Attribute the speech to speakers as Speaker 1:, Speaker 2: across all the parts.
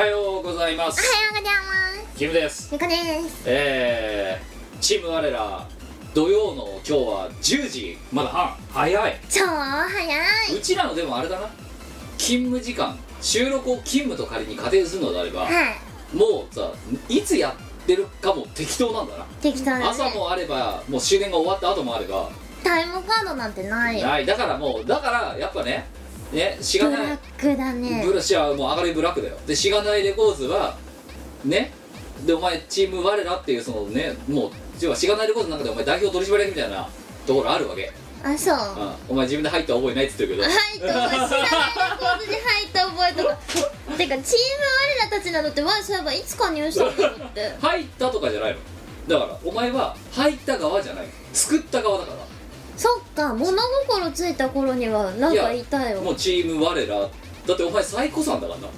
Speaker 1: ざいます
Speaker 2: おはようございます
Speaker 1: キムです
Speaker 2: みこです
Speaker 1: えー、チーム我ら土曜の今日は10時まだ半早い
Speaker 2: 超早いう
Speaker 1: ちらのでもあれだな勤務時間収録を勤務と仮に仮定するのであれば
Speaker 2: はい
Speaker 1: もうさいつやってるかも適当なんだな
Speaker 2: 適当だね
Speaker 1: 朝もあればもう終電が終わった後もあれば
Speaker 2: タイムカードなんてないよ
Speaker 1: ないだからもうだからやっぱねねしが
Speaker 2: ブ
Speaker 1: な
Speaker 2: ラッ
Speaker 1: い
Speaker 2: クだね
Speaker 1: ブラシはもう明るいブラックだよでしがないレコーズはねでお前チーム我らっていうそのねもう要はしがないレコーズの中でお前代表取締役みたいなところあるわけ、
Speaker 2: あそう
Speaker 1: う
Speaker 2: 入
Speaker 1: ん、お前自分で入った覚えないっつってるけど
Speaker 2: った覚え知らないコードで入った覚えとかてかチーム我らたちなどってわあそういえばいつ加入したんだろうって
Speaker 1: 入ったとかじゃないのだからお前は入った側じゃない作った側だから
Speaker 2: そっか物心ついた頃にはなんかいたよ
Speaker 1: もうチーム我らだってお前最古さんだからなだか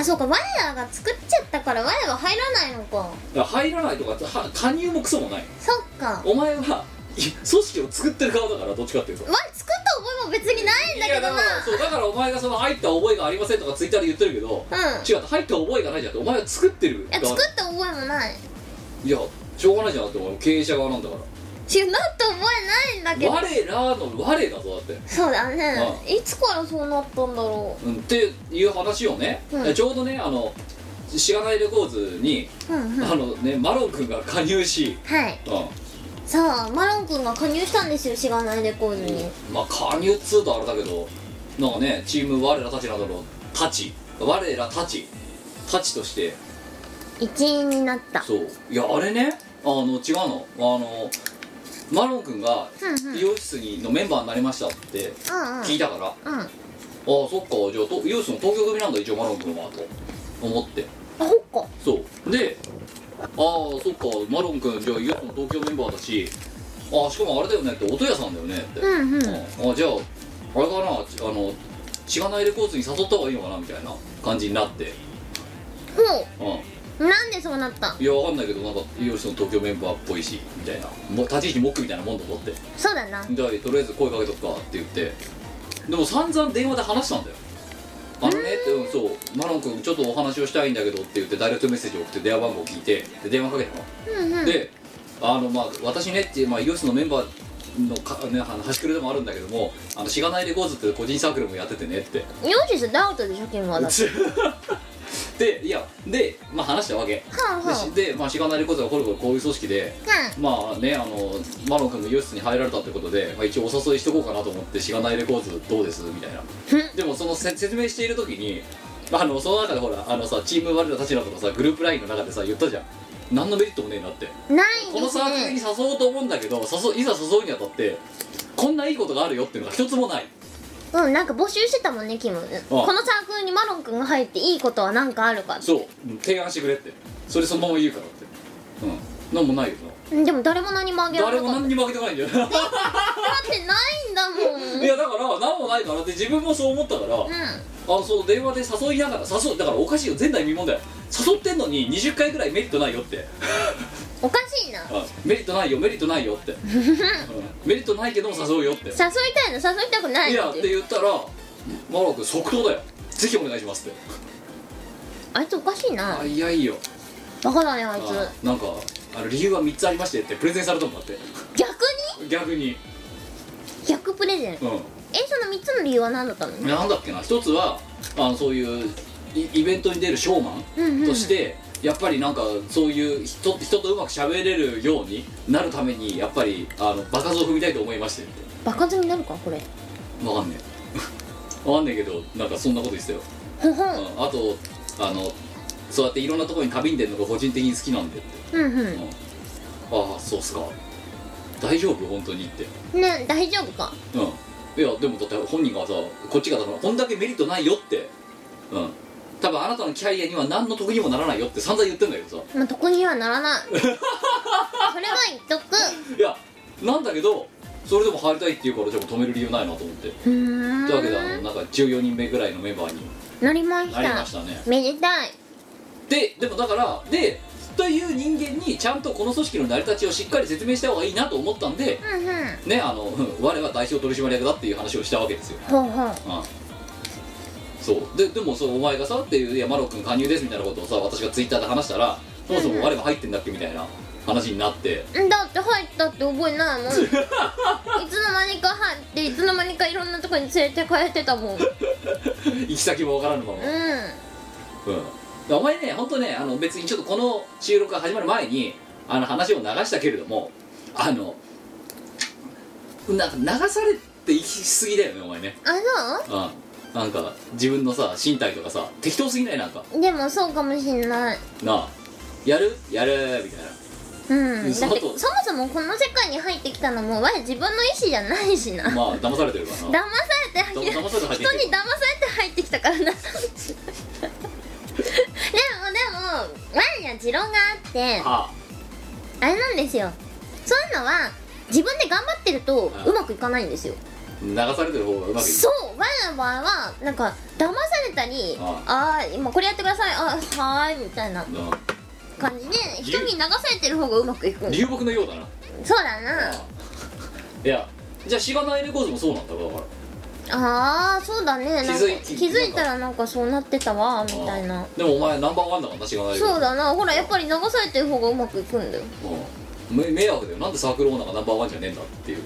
Speaker 2: あそうか我らが作っちゃったから我は入らないのから
Speaker 1: 入らないとかは加入もクソもない
Speaker 2: そっか
Speaker 1: お前はい組織を作ってる側だからどっちかっていうと
Speaker 2: わ作った覚えも別にないんだけど
Speaker 1: いやだからそうだからお前がその入った覚えがありませんとかツイッターで言ってるけど、
Speaker 2: なうん
Speaker 1: 違う入った覚えがないじゃんってお前は作ってる
Speaker 2: いや
Speaker 1: 側
Speaker 2: 作った覚えもない
Speaker 1: いやしょうがないじゃんだってお前経営者側なんだか
Speaker 2: 違うなった覚えないんだけ
Speaker 1: ら
Speaker 2: ど
Speaker 1: 我らの我だぞだって、
Speaker 2: そうだねいつからそうなったんだろ
Speaker 1: うん、っていう話をね、
Speaker 2: うん
Speaker 1: ちょうどねあのしがないレコーズに、
Speaker 2: ううんうん
Speaker 1: あのねマロン君が加入し、
Speaker 2: はい
Speaker 1: うん
Speaker 2: さあマロン君が加入したんですよしがないレコードに
Speaker 1: まあ加入っつうとあれだけどなんかねチーム我らたちなどのたち我らたちたちとして
Speaker 2: 一員になった
Speaker 1: そういやあれねあの違うのあのマロン君が
Speaker 2: うんうん
Speaker 1: 美容室にのメンバーになりましたって
Speaker 2: うんうん
Speaker 1: 聞いたから、あ
Speaker 2: うん
Speaker 1: あそっかじゃあと美容室の東京組なんだ一応マロン君はと思って
Speaker 2: あほっか
Speaker 1: そうでああそっかマロン君じゃあ美容室の東京メンバーだしああしかもあれだよねって音屋さんだよねって、
Speaker 2: うんうん
Speaker 1: ああじゃああれかなあのしがないレコーズに誘った方がいいのかなみたいな感じになって、
Speaker 2: ほ
Speaker 1: うん、
Speaker 2: うなんでそうなった
Speaker 1: いやわかんないけどなんか美容師の東京メンバーっぽいしみたいなもう立ち位置モックみたいなもんだとって
Speaker 2: そうだな
Speaker 1: だからとりあえず声かけとくかって言ってでも散々電話で話したんだよあのねってうんそうマロン君ちょっとお話をしたいんだけどって言ってダイレクトメッセージを送って電話番号を聞いてで電話かけたの、
Speaker 2: うんうん
Speaker 1: であのまあ私ねっていうまあ美容室のメンバーのか、ね、あの端くれでもあるんだけどもあのしがないレコーズって個人サークルもやっててねって
Speaker 2: ヨシスダウトでしょ君はだって
Speaker 1: でいやでまあ話したわけ
Speaker 2: はあは
Speaker 1: で
Speaker 2: あ
Speaker 1: しで、まあ、しがないレコーズがこれこれこういう組織でまあねあのマロン君の美容室に入られたってことで、まあ、一応お誘いしとこうかなと思って「しがないレコーズどうです?」みたいな
Speaker 2: うん
Speaker 1: でもそのせ説明している時にあのその中でほらあのさチーム我らたちらとかさグループラインの中でさ言ったじゃん何のメリットもねえなって
Speaker 2: うんない
Speaker 1: こ
Speaker 2: で
Speaker 1: の
Speaker 2: す
Speaker 1: サークルに
Speaker 2: ね
Speaker 1: 誘おうと思うんだけど誘ういざ誘うにあたってこんないいことがあるよっていうのが一つもない
Speaker 2: うんなんか募集してたもんねキムこのサークルにマロン君が入っていいことは何かあるか
Speaker 1: そううん提案してくれってそれそのまま言うからってうん何もないよ
Speaker 2: でも誰も何もあ
Speaker 1: な
Speaker 2: げられ
Speaker 1: 誰
Speaker 2: な
Speaker 1: も
Speaker 2: かった
Speaker 1: 何にも負けてないんだよな
Speaker 2: だってないんだもん
Speaker 1: いやだから何もないからって自分もそう思ったから、あ
Speaker 2: う
Speaker 1: のそう電話で誘いながら誘うだからおかしいよ前代未聞だよ誘ってんのに20回ぐらいメリットないよって
Speaker 2: んおかしいな
Speaker 1: あメリットないよメリットないよって、うんメリットないけども誘うよって
Speaker 2: 誘いたいの誘いたくない
Speaker 1: いや
Speaker 2: っ
Speaker 1: って
Speaker 2: て
Speaker 1: 言ったらマロ君即答だよぜひお願いしますって
Speaker 2: あいつおかしいな
Speaker 1: あいやいいよ
Speaker 2: バカだねあいつ
Speaker 1: あなんかあの理由は3つありましてってプレゼンされたもんだって
Speaker 2: 逆
Speaker 1: 逆に
Speaker 2: に逆プレゼンえ
Speaker 1: う
Speaker 2: その3つの理由は何だったの
Speaker 1: んなんだっけな一つはあのそういうイイベントに出るショーマン、
Speaker 2: うんうん
Speaker 1: としてやっぱりなんかそういう人人とうまく喋れるようになるためにやっぱりあの場数を踏みたいと思いましてって
Speaker 2: バカずになるかこれ
Speaker 1: わかんねえ わかんねえけどなんかそんなこと言ってたよ、
Speaker 2: ほほん
Speaker 1: うん、あとあのそうやっていろんなところに過敏でんのが個人的に好きなんでって、
Speaker 2: うんう
Speaker 1: うん、ああそうっすか大丈夫本当にって
Speaker 2: んね大丈夫か
Speaker 1: うんいやでもだって本人がさこっちがだからこんだけメリットないよってうん多分あなたのキャリアには何の得にもならないよって散々言ってんだけどさ
Speaker 2: まあ得にはならない それは言っとく
Speaker 1: いやなんだけどそれでも入りたいって言うからじゃあもう止める理由ないなと思って
Speaker 2: う
Speaker 1: というわけであの
Speaker 2: ーん
Speaker 1: なんか14人目ぐらいのメンバーに
Speaker 2: なりまし
Speaker 1: なりま
Speaker 2: た
Speaker 1: したね
Speaker 2: めでたい
Speaker 1: ででもだからでという人間にちゃんとこの組織の成り立ちをしっかり説明した方がいいなと思ったんで
Speaker 2: うんうん
Speaker 1: ねあのうん我は代表取締役だっていう話をしたわけですよ、
Speaker 2: ほうほう
Speaker 1: うん、そうででもそうお前がさっていう「いやマロ君加入です」みたいなことをさ私がツイッターで話したらそもそも我が入ってんだっけみたいな話になって
Speaker 2: んだって入ったって覚えないも んいつの間にか入っていつの間にかいろんなとこに連れて帰ってたもんうん
Speaker 1: 行き先もわからぬままうんでお前ね本当ねあの別にちょっとこの収録が始まる前にあの話を流したけれどもあのなんか流されていきすぎだよねお前ね
Speaker 2: あ
Speaker 1: うんなんか自分のさ身体とかさ適当すぎないなんか
Speaker 2: そうでもそうかもしんない
Speaker 1: なあやるやるみたいな
Speaker 2: うん
Speaker 1: 嘘
Speaker 2: だってそもそもこの世界に入ってきたのもわ自分の意思じゃないしな騙
Speaker 1: まあ騙されてるから
Speaker 2: さ
Speaker 1: な
Speaker 2: れて入って
Speaker 1: 騙騙されて入ってき
Speaker 2: 人
Speaker 1: た
Speaker 2: に騙されて入ってきたからな でもでもわには持論があって
Speaker 1: あ
Speaker 2: あれなんですよそういうのは自分で頑張ってるとうまくいかないんですよ
Speaker 1: 流されてる方がうまくいく
Speaker 2: そうわの場合はなんか騙されたり
Speaker 1: あ
Speaker 2: ああー今これやってくださいあーはーいみたいな
Speaker 1: う
Speaker 2: 感じで人に流されてる方がうまくいく
Speaker 1: ん流木のようだな
Speaker 2: そうだな
Speaker 1: うんいやじゃあしがないレコーズもそうなんだろだから
Speaker 2: ああそうだねなんか
Speaker 1: 気づい
Speaker 2: 気づいたらなんかそうなってたわみたいな
Speaker 1: でもお前ナンバーワンだからなしがないレコーズ
Speaker 2: そうだなほらやっぱり流されてる方がうまくいくんだよ
Speaker 1: うんめ迷惑だよなんでサークルオーナーがナンバーワンじゃねえんだっていう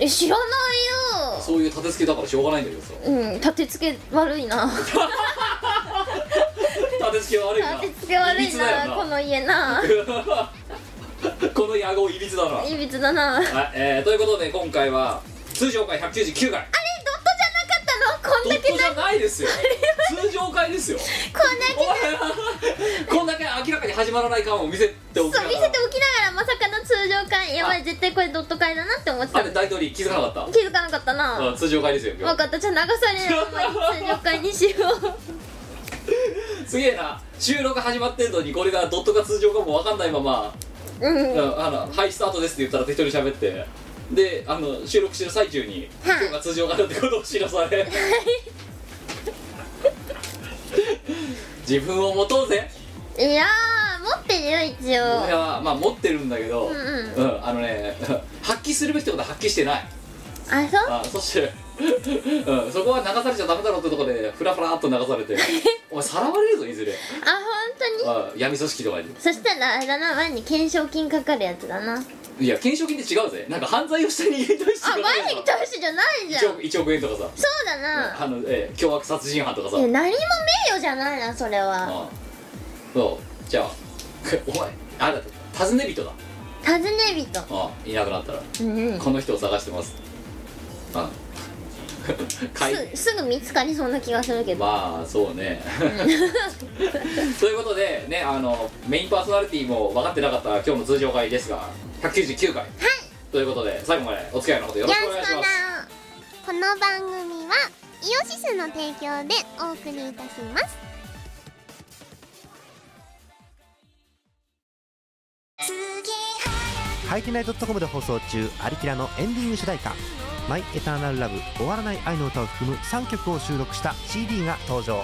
Speaker 2: え知らないよ
Speaker 1: そういう立て付けだからしょうがないんだけどさ
Speaker 2: うん立て付け悪 いな立
Speaker 1: 立て付け悪い な
Speaker 2: て付け悪い
Speaker 1: いびつだ
Speaker 2: なこ
Speaker 1: よ
Speaker 2: の家な
Speaker 1: この野号いびつだなはい
Speaker 2: いびつだなあれドットじゃなか
Speaker 1: い、えーということで今回は通常回199回
Speaker 2: ったのこん
Speaker 1: ド
Speaker 2: だ
Speaker 1: ッ
Speaker 2: け
Speaker 1: トじゃないですよ通常回ですよ
Speaker 2: こんだけ
Speaker 1: お前こんだけ明らかに始まらない感を見せておきな
Speaker 2: そ
Speaker 1: が
Speaker 2: う見せ
Speaker 1: ら
Speaker 2: ておきながらまさかの通常回やばい絶対これドット回だなって思って
Speaker 1: あ
Speaker 2: た
Speaker 1: れ大統領気づかなかっ
Speaker 2: 気づかなかった
Speaker 1: た、
Speaker 2: な
Speaker 1: うん通常回ですよ今日
Speaker 2: 分かったじゃあ流されないままに通常回にしよう
Speaker 1: すげえな収録始まってんのにこれがドットが通常かも分かんないまま
Speaker 2: うん
Speaker 1: うんあの「はいスタートです」って言ったら適当に喋ってであの収録してる最中に
Speaker 2: は
Speaker 1: 今
Speaker 2: い
Speaker 1: 日が通常があるってことを知らさ れ自分を持とうぜ
Speaker 2: いやー持ってるよ一
Speaker 1: 俺
Speaker 2: 応
Speaker 1: はまあ持ってるんだけど、
Speaker 2: うんうん
Speaker 1: あのね 発揮するべきってことは発揮してない
Speaker 2: あそう
Speaker 1: あそして、 うん、そこは流されちゃダメだろうってとこでフラフラっと流され てお前さらわれるぞいずれ
Speaker 2: あ本当に
Speaker 1: あ闇組織とかに
Speaker 2: そしたらあれだな前に懸賞金かかるやつだなあ
Speaker 1: いや懸賞金って違うぜなんか犯罪をした人間に対して
Speaker 2: 前に投資じゃないじゃん
Speaker 1: 1
Speaker 2: そう
Speaker 1: 億1億円とかさ
Speaker 2: だな
Speaker 1: あの、ええ凶悪殺人犯とかさ
Speaker 2: いや何も名誉じゃないなそれは
Speaker 1: ああそうじゃあ お前あれだ尋ね人だ
Speaker 2: 尋ね人
Speaker 1: ああいなくなったら
Speaker 2: うんうん
Speaker 1: この人を探してますああ かい
Speaker 2: すすぐ見つかりそうな気がするけど
Speaker 1: まあそうね ということでねあのメインパーソナリティも分かってなかった今日の通常回ですが199回ということで最後までお付き合いのほどよろしくお願いします
Speaker 3: この番組はイオシスの提供でお送りいたします
Speaker 4: ハイテナイドットコムで放送中「アリキラ」のエンディング主題歌「マイ・エターナル・ラブ終わらない愛の歌」を含む3曲を収録した CD が登場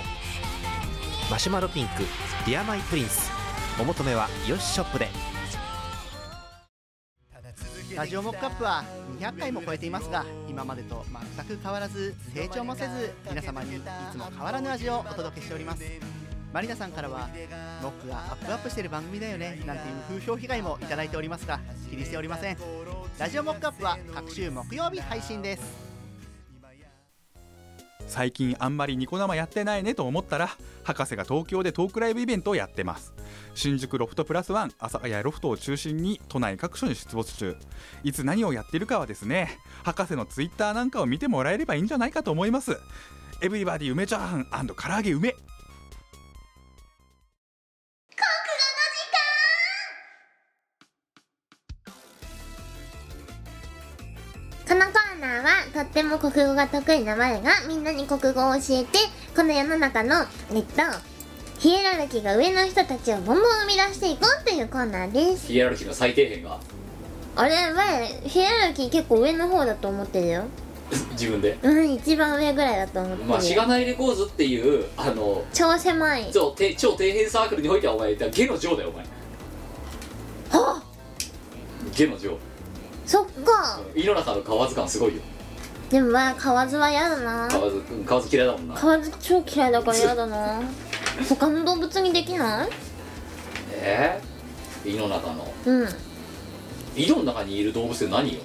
Speaker 4: マシュマロピンク「ディアマイ・プリンス」お求めはよしショップで
Speaker 5: ラジオモックアップは200回も超えていますが今までと全く変わらず成長もせず皆様にいつも変わらぬ味をお届けしておりますマリナさんからは「モックがアップアップしてる番組だよね」なんていう風評被害もいただいておりますが気にしておりませんラジオモックアップは各週木曜日配信です
Speaker 6: 最近あんまりニコ生やってないねと思ったら博士が東京でトークライブイベントをやってます新宿ロフトプラスワン朝早ロフトを中心に都内各所に出没中いつ何をやってるかはですね博士のツイッターなんかを見てもらえればいいんじゃないかと思いますエブリバディ梅チャーハン唐揚げ梅
Speaker 3: このコーナーはとっても国語が得意な我がみんなに国語を教えてこの世の中のえっとヒエラルキーが上の人たちをボンボン生み出していこうというコーナーです
Speaker 1: ヒエラルキーの最底辺が
Speaker 2: あれ前ヒエラルキー結構上の方だと思ってるよ
Speaker 1: 自分で
Speaker 2: うん一番上ぐらいだと思ってるよ、
Speaker 1: まあしがないレコーズっていうあの
Speaker 2: 超狭い
Speaker 1: そうて超底辺サークルにおいてはお前下の上だよお前
Speaker 2: あ
Speaker 1: 下の上
Speaker 2: そっか
Speaker 1: 井の中の河津感すごいよ
Speaker 2: でもまあ河津は嫌だな
Speaker 1: 河津うん河津嫌いだもんな
Speaker 2: 河津超嫌いだから嫌 だな他の動物にできない
Speaker 1: ええ胃の中の
Speaker 2: うん
Speaker 1: 井戸の中にいる動物って何よ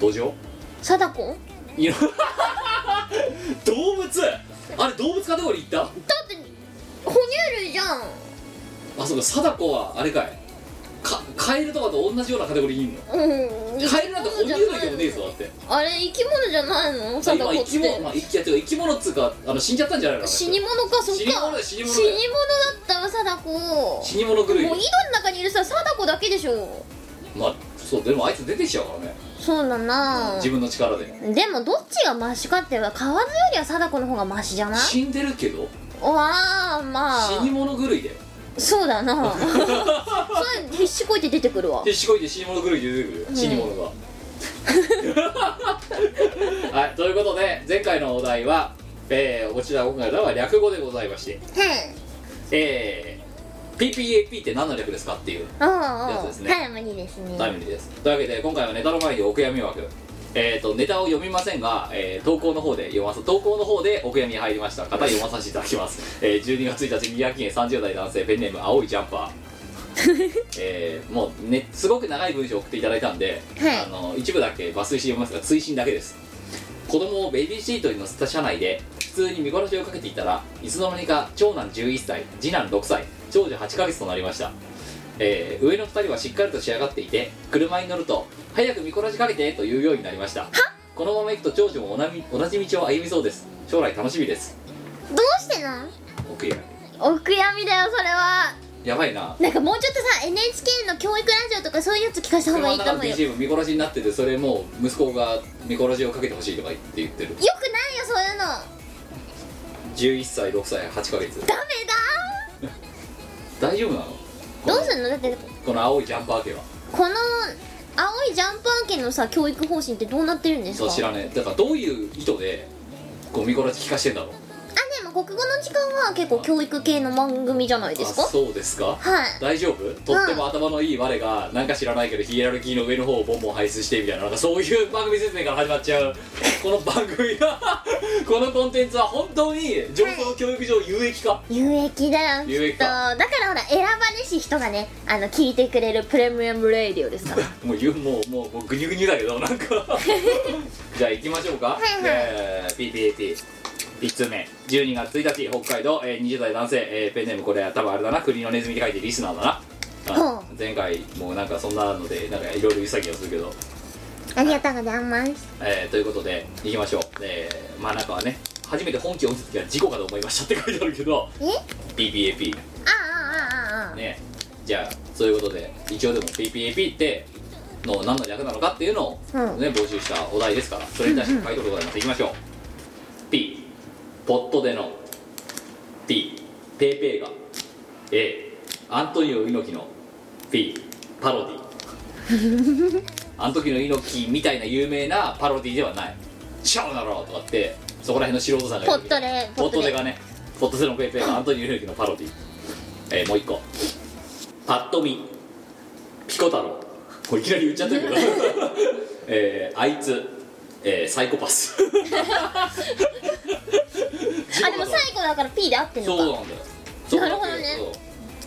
Speaker 1: 土壌
Speaker 2: 貞子
Speaker 1: 井の 動物あれ動物カテゴリーいった
Speaker 2: だって哺乳類じゃん
Speaker 1: あそうか貞子はあれかいかカエルとかと同じようなカテゴリーにいるの
Speaker 2: うん
Speaker 1: カエルなんて哺乳類でもねえぞだって
Speaker 2: あれ生き物じゃないの
Speaker 1: あ
Speaker 2: 貞
Speaker 1: 今
Speaker 2: 子
Speaker 1: 生
Speaker 2: っ
Speaker 1: き物、ま
Speaker 2: て
Speaker 1: あ、生きいやてか生き物っつうかあの死んじゃったんじゃないの
Speaker 2: 死に物かそっか
Speaker 1: 死に物だよ死に物だ
Speaker 2: 死
Speaker 1: よ
Speaker 2: に物だったわ貞子も
Speaker 1: 死に物狂
Speaker 2: う井
Speaker 1: い
Speaker 2: 戸の中にいるさ貞子だけでしょ
Speaker 1: まあそうでもあいつ出てきちゃうからね、
Speaker 2: そうだな
Speaker 1: 自分の力で
Speaker 2: でもどっちがマシかって言えば河津よりは貞子の方がマシじゃない
Speaker 1: 死んでるけど
Speaker 2: わあまあ
Speaker 1: 死に物狂いだよ
Speaker 2: そうだ なそれ必死こいて出てくるわ
Speaker 1: 必死こいて死に物狂いで出てくるよ死に物が、 はいということで前回のお題は、えーこちら今回のお題は略語でございましてえー PPAP って何の略ですかっていう
Speaker 2: おうおう
Speaker 1: やつですね
Speaker 2: はい無理ですね
Speaker 1: タイムリーですというわけで今回はネタの前にお悔やみ枠えー、とネタを読みませんが、えー投稿の方で読ます投稿の方でお悔やみに入りました方読まさせていただきます、えー、12月1日宮城県30代男性ペンネーム青いジャンパーえーもうねすごく長い文章を送っていただいたんで、
Speaker 2: はい
Speaker 1: あの一部だけ抜粋して読みますが追伸だけです子供をベビーシートに乗せた車内で普通に見殺しをかけていたらいつの間にか長男11歳次男6歳長女8ヶ月となりました、えー上の2人はしっかりと仕上がっていて車に乗ると「早く見殺しかけて」と言うようになりましたこのまま行くと長女も同じ同じ道を歩みそうです将来楽しみです
Speaker 2: どうしてなん
Speaker 1: お悔や
Speaker 2: お悔やみだよそれは
Speaker 1: みやばいな
Speaker 2: なんかもうちょっとさ NHK の教育ラジオとかそういうやつ聞かせた
Speaker 1: 車
Speaker 2: 方が
Speaker 1: の
Speaker 2: いいと
Speaker 1: 中の
Speaker 2: 思うよよ
Speaker 1: BGM 見殺しになっててそれもう息子が見殺しをかけてほしいとか言って言ってる
Speaker 2: くないよそういうの
Speaker 1: 11歳6歳8ヶ月
Speaker 2: ダメ
Speaker 1: 大丈夫なの
Speaker 2: だどうすんのだって
Speaker 1: この青いジャンパー家は
Speaker 2: この青いジャンパー家のさ教育方針ってどうなってるんです
Speaker 1: そう
Speaker 2: か
Speaker 1: 知らねえだからどういう意図でゴミ殺し聞かしてんだろう
Speaker 2: あでも国語の時間は結構教育系の番組じゃないですか
Speaker 1: あそうですか
Speaker 2: はい
Speaker 1: 大丈夫とっても頭のいい我がなんか知らないけどヒエラルキーの上の方をボンボン排出してみたいななんかそういう番組説明から始まっちゃうこの番組がこのコンテンツは本当に上層教育上有益か
Speaker 2: 有益だよ
Speaker 1: 有
Speaker 2: き
Speaker 1: 益
Speaker 2: っと
Speaker 1: か
Speaker 2: だからほら選ばれし人がねあの聞いてくれるプレミアムレイディオですから
Speaker 1: もう言うもうもうもうグニュグニュだけどなんかじゃあ行きましょうか、えー PPAT 1通目12月1日北海道、えー20代男性、えーペンネームこれは多分あれだな国のネズミって書いてリスナーだなあ前回もなんかそんなのでなんかいろいろ言ってた気がするけど、
Speaker 2: ありがとうございます
Speaker 1: えーということで行きましょうえーまあなんかね初めて本気を打つ時は事故かと思いましたって書いてあるけど
Speaker 2: え
Speaker 1: PPAP
Speaker 2: あああああああ
Speaker 1: ねじゃあそういうことで一応でも PPAP っての何の略なのかっていうのを、
Speaker 2: うん
Speaker 1: ね募集したお題ですからそれに対して回答でございますいきましょう P ポットでの P ペーペーが A アントニオ猪木の P パロディあの時の猪木みたいな有名なパロディではない「シャオだろ!」とかってそこら辺の素人さんが言う
Speaker 2: ポットレ
Speaker 1: ポットレがねポットセのペーペーがアントニオ猪木のパロディえーもう一個パッと見ピコ太郎これいきなり言っちゃったけどえーあいつ、えーサイコパス
Speaker 2: あでも最後だから P で合ってん
Speaker 1: そ
Speaker 2: の
Speaker 1: う
Speaker 2: か
Speaker 1: なんだよそうなんだよ
Speaker 2: なるほどね
Speaker 1: そう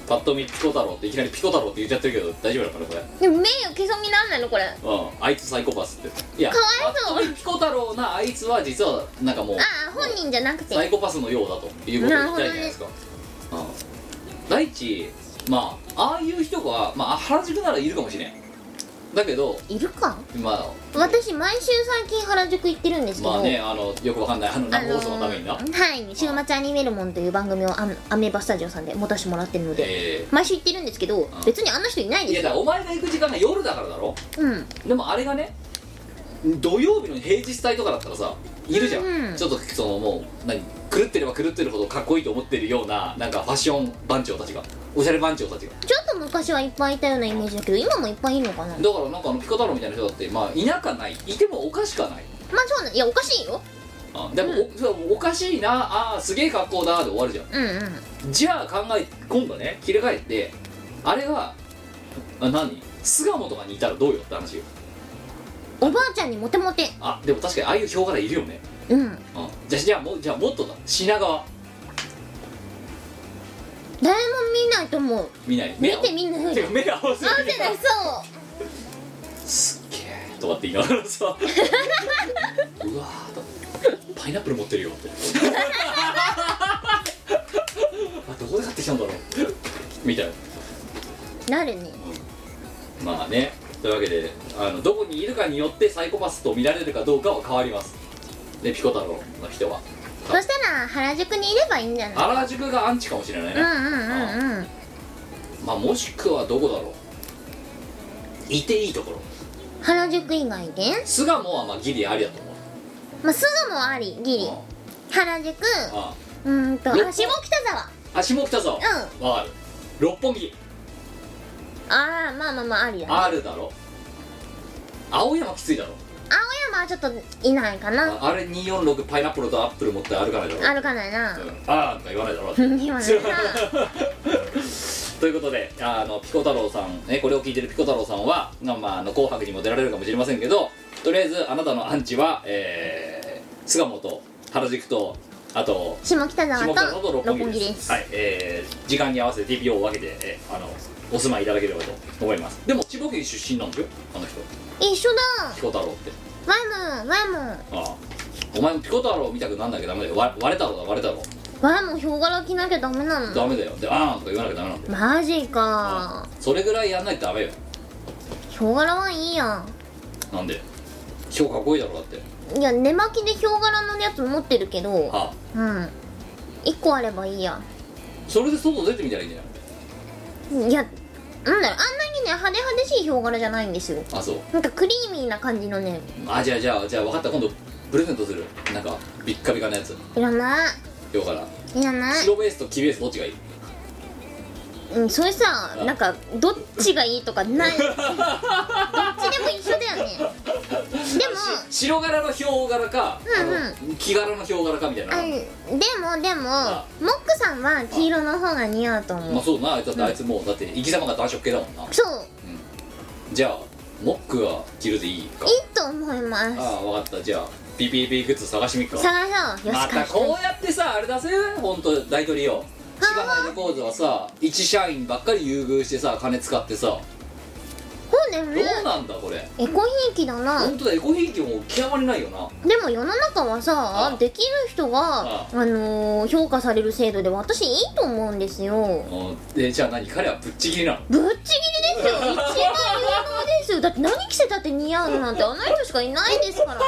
Speaker 1: パッと見ピコ太郎っていきなりピコ太郎って言っちゃってるけど大丈夫なのかなこ
Speaker 2: でも名誉毀損になんないのこれあ
Speaker 1: れうんあいつサイコパスっていや
Speaker 2: かわいそう
Speaker 1: パッと見ピコ太郎なあいつは実はなんかもう
Speaker 2: あ本人じゃなくて
Speaker 1: サイコパスのようだということを言いたいじゃないですか、うん第一まあああいう人が、まあ、原宿ならいるかもしれんだけど
Speaker 2: いるか
Speaker 1: まあ
Speaker 2: 私毎週最近原宿行ってるんですけど
Speaker 1: まあねあのよくわかんないあの
Speaker 2: あ
Speaker 1: 生
Speaker 2: の
Speaker 1: 放送のためにな、
Speaker 2: はい「週末アニメルモン」という番組をアメアメーバスタジオさんで持たせてもらってるので、
Speaker 1: え
Speaker 2: 毎週行ってるんですけど
Speaker 1: ん
Speaker 2: 別にあんな人いな
Speaker 1: ー
Speaker 2: い
Speaker 1: い
Speaker 2: で
Speaker 1: や
Speaker 2: す
Speaker 1: だ
Speaker 2: よ
Speaker 1: からお前が行く時間が夜だからだろ
Speaker 2: うん
Speaker 1: でもあれがね土曜日の平日帯とかだったらさいるじゃん、
Speaker 2: うんうん
Speaker 1: ちょっとそのもう何狂ってれば狂ってるほどかっこいいと思ってるようななんかファッション番長たちがおしゃれ番長たちが
Speaker 2: ちょっと昔はいっぱいいたようなイメージだけど今もいっぱいいるのかなまあ
Speaker 1: だからなんかあのピコ太郎みたいな人だってまあいなかないいてもおかしくはない
Speaker 2: そうなんいやおかしいよ
Speaker 1: あでもお,そう、おかしいなあーすげえ格好だで終わるじゃ
Speaker 2: うんうん
Speaker 1: んじゃあ考え今度ね切り替えてあれがあ何巣鴨とかにいたらどうよって話よ
Speaker 2: おばあちゃんにモテモテ
Speaker 1: あでも確かにああいう表柄いるよね、
Speaker 2: うん
Speaker 1: うん、じゃあじゃあもうじゃあもっとだ品川
Speaker 2: 誰も見ないと思う
Speaker 1: 見ない
Speaker 2: 見
Speaker 1: 目合わ
Speaker 2: てみんな
Speaker 1: てか目合わせ
Speaker 2: 合わせないそう
Speaker 1: すっげえとかって言いながらさうわーとパイナップル持ってるよってあどこで買ってきたんだろうみたいな
Speaker 2: なるね
Speaker 1: まあねというわけであのどこにいるかによってサイコパスと見られるかどうかは変わりますねピコ太郎の人は
Speaker 2: そしたら原宿にいればいいんじゃない
Speaker 1: 原宿がアンチかもしれないね、
Speaker 2: うんうんうんうん
Speaker 1: まあもしくはどこだろういていいところ
Speaker 2: 原宿以外で
Speaker 1: 巣鴨はまあギリありだと思う
Speaker 2: まあ巣鴨ありギリ原宿
Speaker 1: うんあ
Speaker 2: うーんとあ
Speaker 1: 六
Speaker 2: 下
Speaker 1: 本
Speaker 2: 北沢
Speaker 1: あ下北沢
Speaker 2: う
Speaker 1: わかる六本木
Speaker 2: ああまあまあまあありだね青
Speaker 1: あるだろ青山きついだろ
Speaker 2: 山はちょっといないかな
Speaker 1: ああれ246パイナップルとアップル持って歩かないだろ
Speaker 2: 歩かないな
Speaker 1: うんあーとか言わないだ ろ
Speaker 2: 言わないな
Speaker 1: ということであのピコ太郎さん、ね、これを聞いてるピコ太郎さんは、まあまあ、あの紅白にも出られるかもしれませんけどとりあえずあなたのアンチは、えー、巣鴨と原宿とあと
Speaker 2: 下北
Speaker 1: 下
Speaker 2: 沢
Speaker 1: 北沢
Speaker 2: と
Speaker 1: と六
Speaker 2: 六
Speaker 1: 本
Speaker 2: 本
Speaker 1: 木
Speaker 2: 木
Speaker 1: で
Speaker 2: ですす
Speaker 1: はいえー時間に合わせて TPO を分けて、えーあのお住まいいただければと思いますでも千葉県出身なんですよあの人
Speaker 2: 一緒だ
Speaker 1: ピコ太郎って
Speaker 2: ワイもワイも
Speaker 1: ああお前もピコ太郎見たくなんなきゃダメだよわ割れたろだ割れたろ
Speaker 2: ワイもヒョウ柄着なきゃダメなの
Speaker 1: ダメだよであーんとか言わなきゃダメなんだよ
Speaker 2: マジか
Speaker 1: それぐらいやんないとダメよ
Speaker 2: ヒョウ柄はいいや
Speaker 1: なんで超かっこいいだろだって
Speaker 2: いや寝巻きでヒョウ柄のやつ持ってるけど
Speaker 1: ああ
Speaker 2: うん一個あればいいや
Speaker 1: それで外出てみたらいいんじゃない
Speaker 2: いやなんだろうあんなにね派手派手しいヒョウ柄じゃないんですよ
Speaker 1: あそう
Speaker 2: なんかクリーミーな感じのね
Speaker 1: あじゃあじゃあじゃあ分かった今度プレゼントするなんかビッカビカのやつ
Speaker 2: いらない
Speaker 1: よから
Speaker 2: いらない
Speaker 1: 白ベースと黄ベースどっちがいい
Speaker 2: うんそれさなんかどっちがいいとかないどっちでも一緒だよねでも
Speaker 1: 白柄のヒョウ柄か、
Speaker 2: うん
Speaker 1: 木柄のヒョウ柄かみたいな
Speaker 2: あでもでも
Speaker 1: あ
Speaker 2: モックさんは黄色の方が似合うと
Speaker 1: ま
Speaker 2: 思
Speaker 1: あ
Speaker 2: う
Speaker 1: そうだなあいつだってあいつもうだって生き様が男色系だもんな
Speaker 2: そう
Speaker 1: じゃあモックは着るでいいか
Speaker 2: いいと思います
Speaker 1: ああ分かったじゃあ PPP グッズ探してみっか
Speaker 2: 探そうよ
Speaker 1: ま
Speaker 2: したか
Speaker 1: こうやってさあれだぜ本当大取りよ千葉のレコーズはさ一社員ばっかり優遇してさ金使ってさ
Speaker 2: そうだよ
Speaker 1: ど
Speaker 2: ね
Speaker 1: うなんだこれ
Speaker 2: エコひいきだな
Speaker 1: 本当だエコひいきも極まりないよな
Speaker 2: でも世の中はさ
Speaker 1: あ
Speaker 2: できる人が
Speaker 1: あ
Speaker 2: あのー評価される制度で私いいと思うんですよ
Speaker 1: うんでじゃあ何彼はぶっちぎりなの
Speaker 2: ぶっちぎりですよ一番有能ですよだって何着せたって似合うなんてあの人しかいないですからね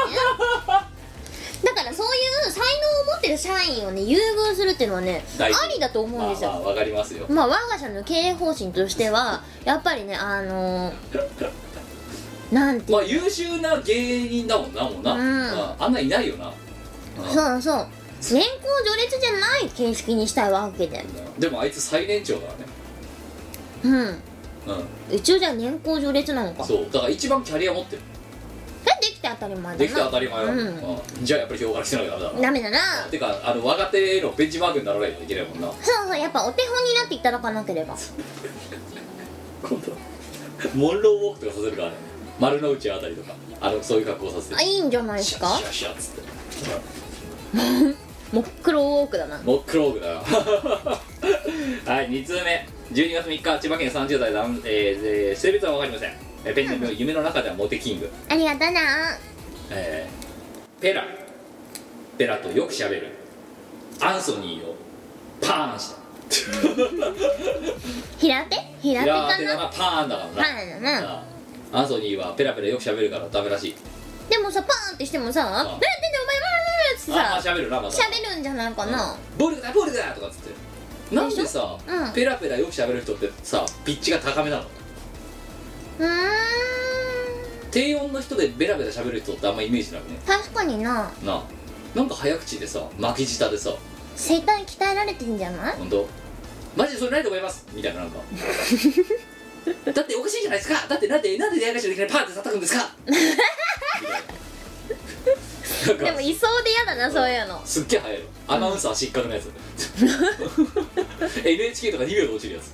Speaker 2: だからそういう才能を持ってる社員をね優遇するっていうのはねあ
Speaker 1: 大事
Speaker 2: りだと思うん
Speaker 1: まあ
Speaker 2: です
Speaker 1: まあ
Speaker 2: よ
Speaker 1: わかりますよ
Speaker 2: まあ我が社の経営方針としてはやっぱりねあのーなんていう
Speaker 1: まあ優秀な芸人だもんなもんな、
Speaker 2: うん
Speaker 1: ああんないないよな
Speaker 2: そうそう年功序列じゃない形式にしたいわけで
Speaker 1: でもあいつ最年長だからね
Speaker 2: うん
Speaker 1: う
Speaker 2: 一応じゃあ年功序列なのか
Speaker 1: んそうだから一番キャリア持ってる
Speaker 2: えできて当たり前だな
Speaker 1: できた当たり前よ、
Speaker 2: うん
Speaker 1: うんじゃあやっぱり評価してなきゃダメだ
Speaker 2: ダメだな
Speaker 1: なてかあの若手へのベンチマークにならないといけないもんな
Speaker 2: そうそうやっぱお手本になっていただかなければ
Speaker 1: 今度モンローウォークとかさせるからね丸の内あたりとかあのそういう格好させて
Speaker 2: あいいんじゃないで
Speaker 1: シ
Speaker 2: す
Speaker 1: ャッ
Speaker 2: か
Speaker 1: シャッシャッつって
Speaker 2: もっくろウォークだな
Speaker 1: モックローグだよはい2通目12月3日千葉県30代男、えーえー性別は分かりませんえーペンネーム夢の中ではモテキング、
Speaker 2: ありがとうな
Speaker 1: えーペラペラとよくしゃべるアンソニーをパーンした
Speaker 2: 平手平手
Speaker 1: 平
Speaker 2: か
Speaker 1: 手だ
Speaker 2: な
Speaker 1: なパーンだからな、
Speaker 2: パーンだな
Speaker 1: ああアンソニーはペラペラよくしゃべるからダメらしい
Speaker 2: でもさパーンってしてもさ「なんでだよお前
Speaker 1: ああ
Speaker 2: は!」って
Speaker 1: しゃべるなまた
Speaker 2: さ喋るんじゃないかな
Speaker 1: 暴力だ暴力だとかっつってなんでさ、
Speaker 2: うん
Speaker 1: ペラペラよくしゃべる人ってさピッチが高めなの
Speaker 2: うーん
Speaker 1: 低音の人でベラベラしゃべる人ってあんまイメージなくね
Speaker 2: 確かにな
Speaker 1: なあなんか早口でさ巻き舌でさ
Speaker 2: 声帯鍛えられてんじゃない
Speaker 1: 本当マジでそれないと思いますみたいな なんかだっておかしいじゃないですかだってなんでなんで出会い頭できないパーンって叩くんです かみたいななんか
Speaker 2: でもいそうで嫌だなそういうの
Speaker 1: すっげえ早いのア ナ ウンサー失格のやつ NHK とか2秒で落ちるやつ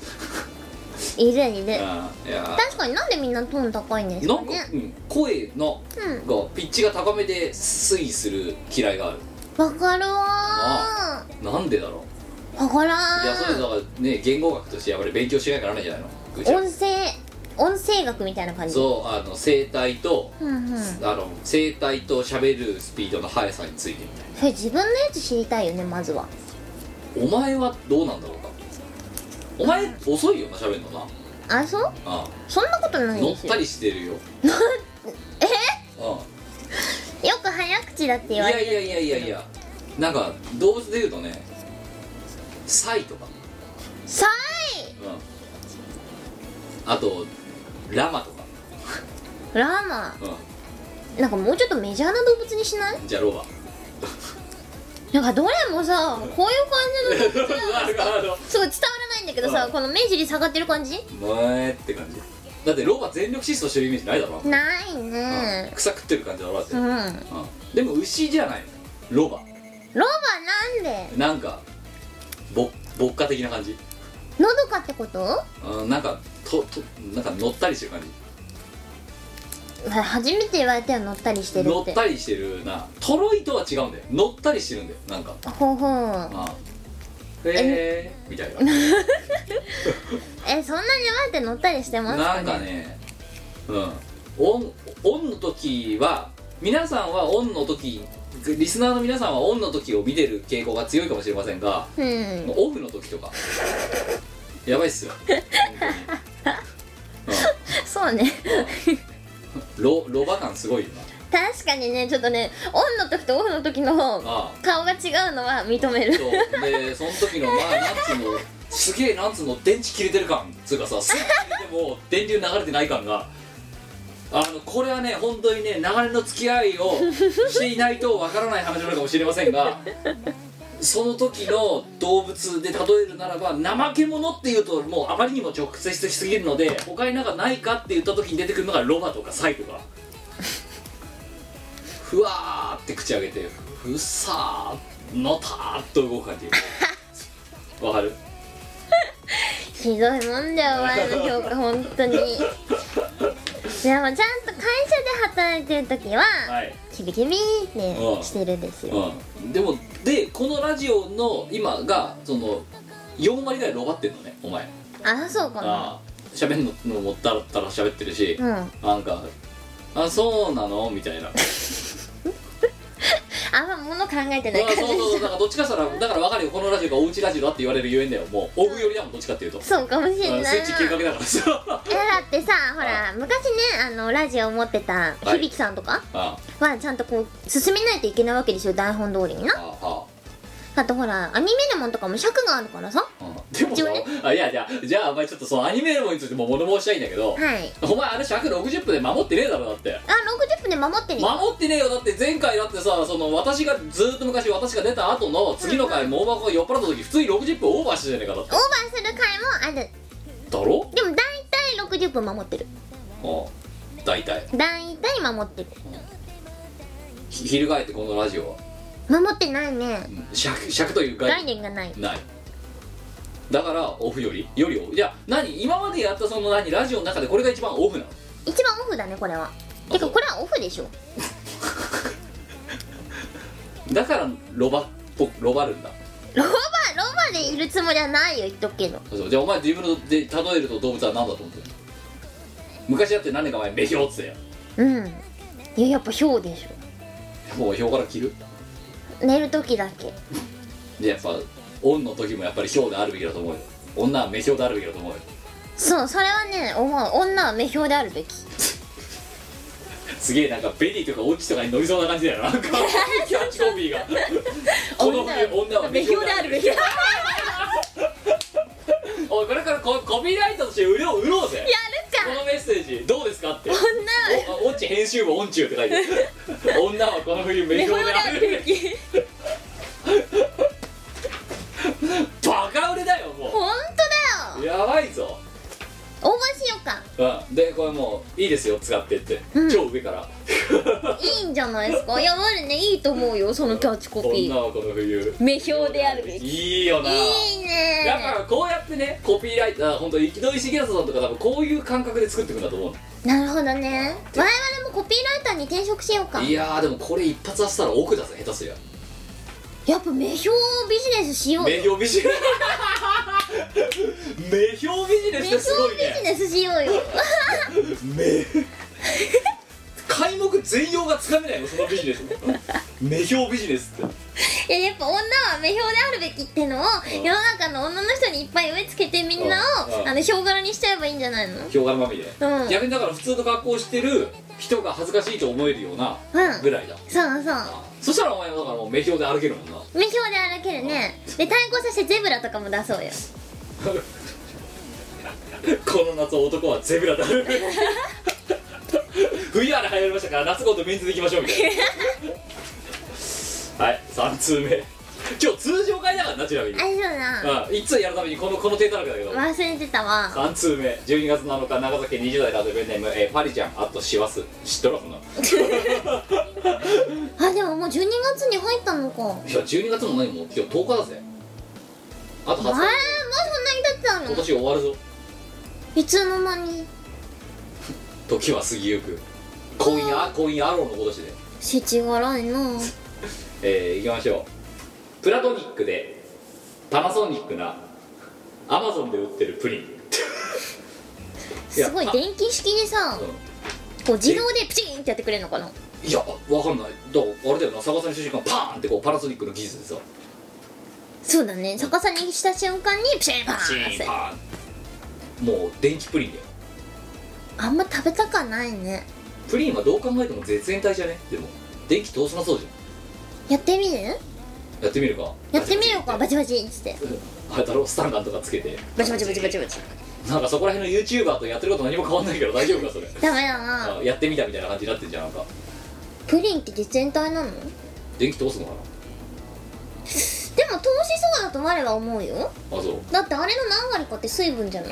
Speaker 2: いるいる
Speaker 1: うんいやー
Speaker 2: 確かになんでみんなトーン高いんです
Speaker 1: な
Speaker 2: か
Speaker 1: んか、
Speaker 2: ね
Speaker 1: うん、声の
Speaker 2: うん
Speaker 1: がピッチが高めで推移する嫌いがある
Speaker 2: わかるわ
Speaker 1: あなんでだろ
Speaker 2: ーわから
Speaker 1: ういやそれだ
Speaker 2: ん
Speaker 1: からね言語学としてやっぱり勉強しないからなんじゃないのぐちゃ
Speaker 2: 音声音声学みたいな感じ
Speaker 1: そうあの声帯と、
Speaker 2: うんうんそ
Speaker 1: あの声帯と喋るスピードの速さについてみたい
Speaker 2: れ自分のやつ知りたいよねまずは
Speaker 1: なお前はどうなんだろうかお前遅いよな喋るのな
Speaker 2: あそう
Speaker 1: あ
Speaker 2: そんなことない
Speaker 1: 乗
Speaker 2: で
Speaker 1: っ
Speaker 2: すよ
Speaker 1: た
Speaker 2: よ
Speaker 1: りして るよえ
Speaker 2: く早口だって
Speaker 1: い
Speaker 2: 言わ
Speaker 1: や
Speaker 2: れる
Speaker 1: いやいやいやいやなんか動物で言うとねサイとか、
Speaker 2: さ
Speaker 1: うん、あとラマとか、
Speaker 2: あラーマ
Speaker 1: う
Speaker 2: なんかもうちょっとメジャーな動物にしない
Speaker 1: ん、じゃあロバ
Speaker 2: なんかどれもさこういう感じの動物なの
Speaker 1: なるほ
Speaker 2: すごい伝わらないんだけどさ
Speaker 1: うん
Speaker 2: この目尻下がってる感じ
Speaker 1: ど前って感じだってロバ全力疾走してるイメージないだろ、
Speaker 2: ない
Speaker 1: うん
Speaker 2: ね
Speaker 1: 草食ってる感じだろだって、
Speaker 2: う
Speaker 1: うんん
Speaker 2: ロバなん
Speaker 1: でも牛じゃないのロバ
Speaker 2: で
Speaker 1: なんかぼ牧歌的な感じ、
Speaker 2: のどかってことわ
Speaker 1: うん、なんかととなんか乗ったりしてる感じ
Speaker 2: 初めて言われたよ乗ったりしてる
Speaker 1: 乗
Speaker 2: っ
Speaker 1: ってたりしてるなトロイとは違うんだよ乗ったりしてるんだよなんか
Speaker 2: ほうほう
Speaker 1: ああへえみたいな
Speaker 2: えそんなにわって乗ったりしてます
Speaker 1: な
Speaker 2: かね
Speaker 1: んかねうんオンオンの時は皆さんはオンの時リスナーの皆さんはオンの時を見てる傾向が強いかもしれませんが
Speaker 2: うん
Speaker 1: オフの時とかやばいっすよ本当に、
Speaker 2: そうね
Speaker 1: うん、 ロロバ感すごいよな
Speaker 2: 確かにねちょっとねオンの時とオフの時の
Speaker 1: ああ
Speaker 2: 顔が違うのは認める
Speaker 1: そうでその時のまあなんつうのすげえなんつうの電池切れてる感つうかさすぐ切れても電流流れてない感があのこれはね本当にね長年の付き合いをしていないとわからない話なのかもしれませんがその時の動物で例えるならば怠け者っていうともうあまりにも直接しすぎるので他になんかないかって言った時に出てくるのがロバとかサイとかふわーって口上げてふさーのたーっと動く感 じわかる
Speaker 2: ひどいもんだよお前の評価本当にでもちゃんと会社で働いてる時は、
Speaker 1: はい、
Speaker 2: キビキビってしてるんですよ、
Speaker 1: うん、でもでこのラジオの今がその4割ぐらいロバってんのねお前
Speaker 2: あそうかな
Speaker 1: あー喋んのもったらったら喋ってるし、
Speaker 2: うんあん
Speaker 1: なんか「あそうなの?」みたい な
Speaker 2: ま物考えてな
Speaker 1: そ
Speaker 2: いう感じ
Speaker 1: そうそうだからどっちかしたらだから分かるよこのラジオがおうちラジオだって言われるゆえんだよもうオフ寄りだもんどっちかっていうと、
Speaker 2: そうかもしれ
Speaker 1: う
Speaker 2: ない
Speaker 1: ん
Speaker 2: な
Speaker 1: スイッチ計画だからさ
Speaker 2: えだってさほら昔ねあのラジオ持ってた
Speaker 1: はい
Speaker 2: 響さんとか
Speaker 1: あ
Speaker 2: はちゃんとこう進めないといけないわけですよ台本通りに
Speaker 1: あ
Speaker 2: な
Speaker 1: は
Speaker 2: だってほらアニメレモンとかも尺があるからさ
Speaker 1: あ、うんでも
Speaker 2: 一
Speaker 1: さ
Speaker 2: 応ね
Speaker 1: あいやじゃあじゃあお前ちょっとそのアニメのについても物申したいんだけど、
Speaker 2: はい
Speaker 1: お前あれ尺60分で守ってねえだろだって
Speaker 2: あ60分で守ってるよ
Speaker 1: 守ってねえよだって前回だってさその私がずーっと昔私が出た後の次の回も大箱が酔っ払った時普通に60分オーバーしてたじゃねえかだって
Speaker 2: オーバーする回もある
Speaker 1: だろ
Speaker 2: でも大体60分守ってる
Speaker 1: ああ大体
Speaker 2: 大体守ってる
Speaker 1: ひ翻ってこのラジオは
Speaker 2: 守ってないね
Speaker 1: うん尺尺という概
Speaker 2: 概
Speaker 1: 念
Speaker 2: 念がない
Speaker 1: ないだからオフよりよりオフいや何今までやったその何ラジオの中でこれが一番オフなの
Speaker 2: 一番オフだねこれはてかこれはオフでしょ
Speaker 1: だからロバっぽロバるんだ
Speaker 2: ロバロバでいるつもりはないよ言っとくけど
Speaker 1: そうじゃあお前自分ので例えると動物は何だと思ってるの昔だって何年か前メヒョウっつってたよ
Speaker 2: うんいややっぱヒョウでし
Speaker 1: もうヒョウから切る
Speaker 2: ょ寝る時だけ
Speaker 1: でやっぱオンの時もやっぱりヒョウであるべきだと思うよ女は目標であるべきだと思うよ
Speaker 2: そうそれはね思う女は目標であるべき
Speaker 1: すげえなんかベリーとかオチとかに乗りそうな感じだよななんかキャッチコピーがこの冬 女は目標であるべきおいこれからココピーライトとして売ろう売ろうぜ
Speaker 2: や
Speaker 1: こ
Speaker 2: るか
Speaker 1: のメッセージどうですかって
Speaker 2: 女は
Speaker 1: おオチ編集部オンチューって書いてる女はこの冬目標であるべきバカ売れだよも
Speaker 2: 本
Speaker 1: う
Speaker 2: 当だよ
Speaker 1: やばいぞ
Speaker 2: 応募しようか
Speaker 1: うん、でこれもういいですよ使ってって、
Speaker 2: うん
Speaker 1: 超上から
Speaker 2: いいんじゃないですかいや俺ねいいと思うよそのキャッチコピ
Speaker 1: 女
Speaker 2: ー
Speaker 1: はこの冬
Speaker 2: 目標であるべきい
Speaker 1: いいよない
Speaker 2: ねね
Speaker 1: だからこうやってねコピーライター本当生きり杉浅さんとか多分こういう感覚で作っていくんだと思う
Speaker 2: なるほどね我々もコピーライターに転職しようか
Speaker 1: のいやーでもこれ一発当てたら奥だぜ下手すりゃ
Speaker 2: やっぱ名標ビジネスしようよ
Speaker 1: 名標ビジネス名標ビジネスってすごい
Speaker 2: ビジ
Speaker 1: ね
Speaker 2: ネスしよう よ
Speaker 1: 名開目全容がつかめないのそのビジネスの名標ビジネスって
Speaker 2: いややっぱ女は目標であるべきってのを世の中の女の人にいっぱい植え付けてみんな
Speaker 1: うんうん
Speaker 2: をあのヒョウ柄にしちゃえばいいんじゃないのうん
Speaker 1: ヒョウ柄まみれ、
Speaker 2: うん
Speaker 1: 逆にだから普通の格好をしてる人が恥ずかしいと思えるようなぐらいだ、
Speaker 2: そうそう
Speaker 1: そしたらお前はだからもう名標で歩けるもんな
Speaker 2: 目標で歩けるねで対抗させてゼブラとかも出そうよ
Speaker 1: この夏男はゼブラだ 冬あれ流行りましたから夏ごとメンズでいきましょうみたい なはい3通目今日通常会だからなちなみに
Speaker 2: あれそうな
Speaker 1: うん一通やるためにこのこの手だらけだけど
Speaker 2: 忘れてたわ
Speaker 1: 3通目12月7日長崎20代ラテベネーム、えーパリちゃんあと師走知っとるわそんなの
Speaker 2: あでももう12月に入ったのかあれもう
Speaker 1: いや12月も何も今日10日だぜあと
Speaker 2: そん
Speaker 1: 20
Speaker 2: な
Speaker 1: 日
Speaker 2: に経ってた
Speaker 1: 今
Speaker 2: の
Speaker 1: 年終わるぞ
Speaker 2: いつの間に
Speaker 1: 時は過ぎゆく今夜今夜アローの今年で
Speaker 2: せちがらいな
Speaker 1: えー、いきましょうプラトニックでパナソニックなアマゾンで売ってるプリンいや
Speaker 2: すごい電気式でさ
Speaker 1: う
Speaker 2: こう自動でプチンってやってくれるのかなん
Speaker 1: いやわかんないだからあれだよな逆さにした瞬間パーンってこうパナソニックの技術でさ
Speaker 2: そうだね逆さにした瞬間にプシンパ
Speaker 1: シ
Speaker 2: ーンっ
Speaker 1: ーン
Speaker 2: て
Speaker 1: パーンもう電気プリンだよ
Speaker 2: あんま食べたかないね
Speaker 1: プリンはどう考えても絶縁体じゃねでも電気通さなそうじ
Speaker 2: やってみる
Speaker 1: ゃんやってみるか
Speaker 2: やってみようかバチバチっつって
Speaker 1: あれだろスタンガンとかつけて
Speaker 2: バチバチバチバチバチ
Speaker 1: なんかそこら辺の YouTuber とやってること何も変わんないけど大丈夫かそれ
Speaker 2: ダメだな
Speaker 1: あやってみたみたいな感じになってんじゃんなんか
Speaker 2: プリンって実演体なのでも
Speaker 1: 電気通すのか
Speaker 2: 投資そうだと我は思うよ
Speaker 1: なあそう
Speaker 2: だってあれの何割かって水分じゃない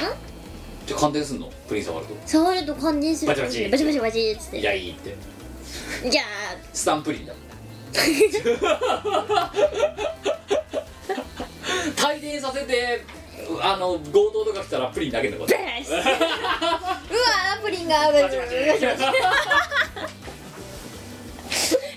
Speaker 1: じゃあ感電すんのプリン触ると
Speaker 2: 触ると感電する
Speaker 1: バチバチ
Speaker 2: バチバチバチっつっ
Speaker 1: い
Speaker 2: て
Speaker 1: やいいって
Speaker 2: じゃ
Speaker 1: スタンプリン だ退店させてあの強盗とか来たらプリン投げんのこ
Speaker 2: あ
Speaker 1: れ
Speaker 2: ベースうわープリンが上がる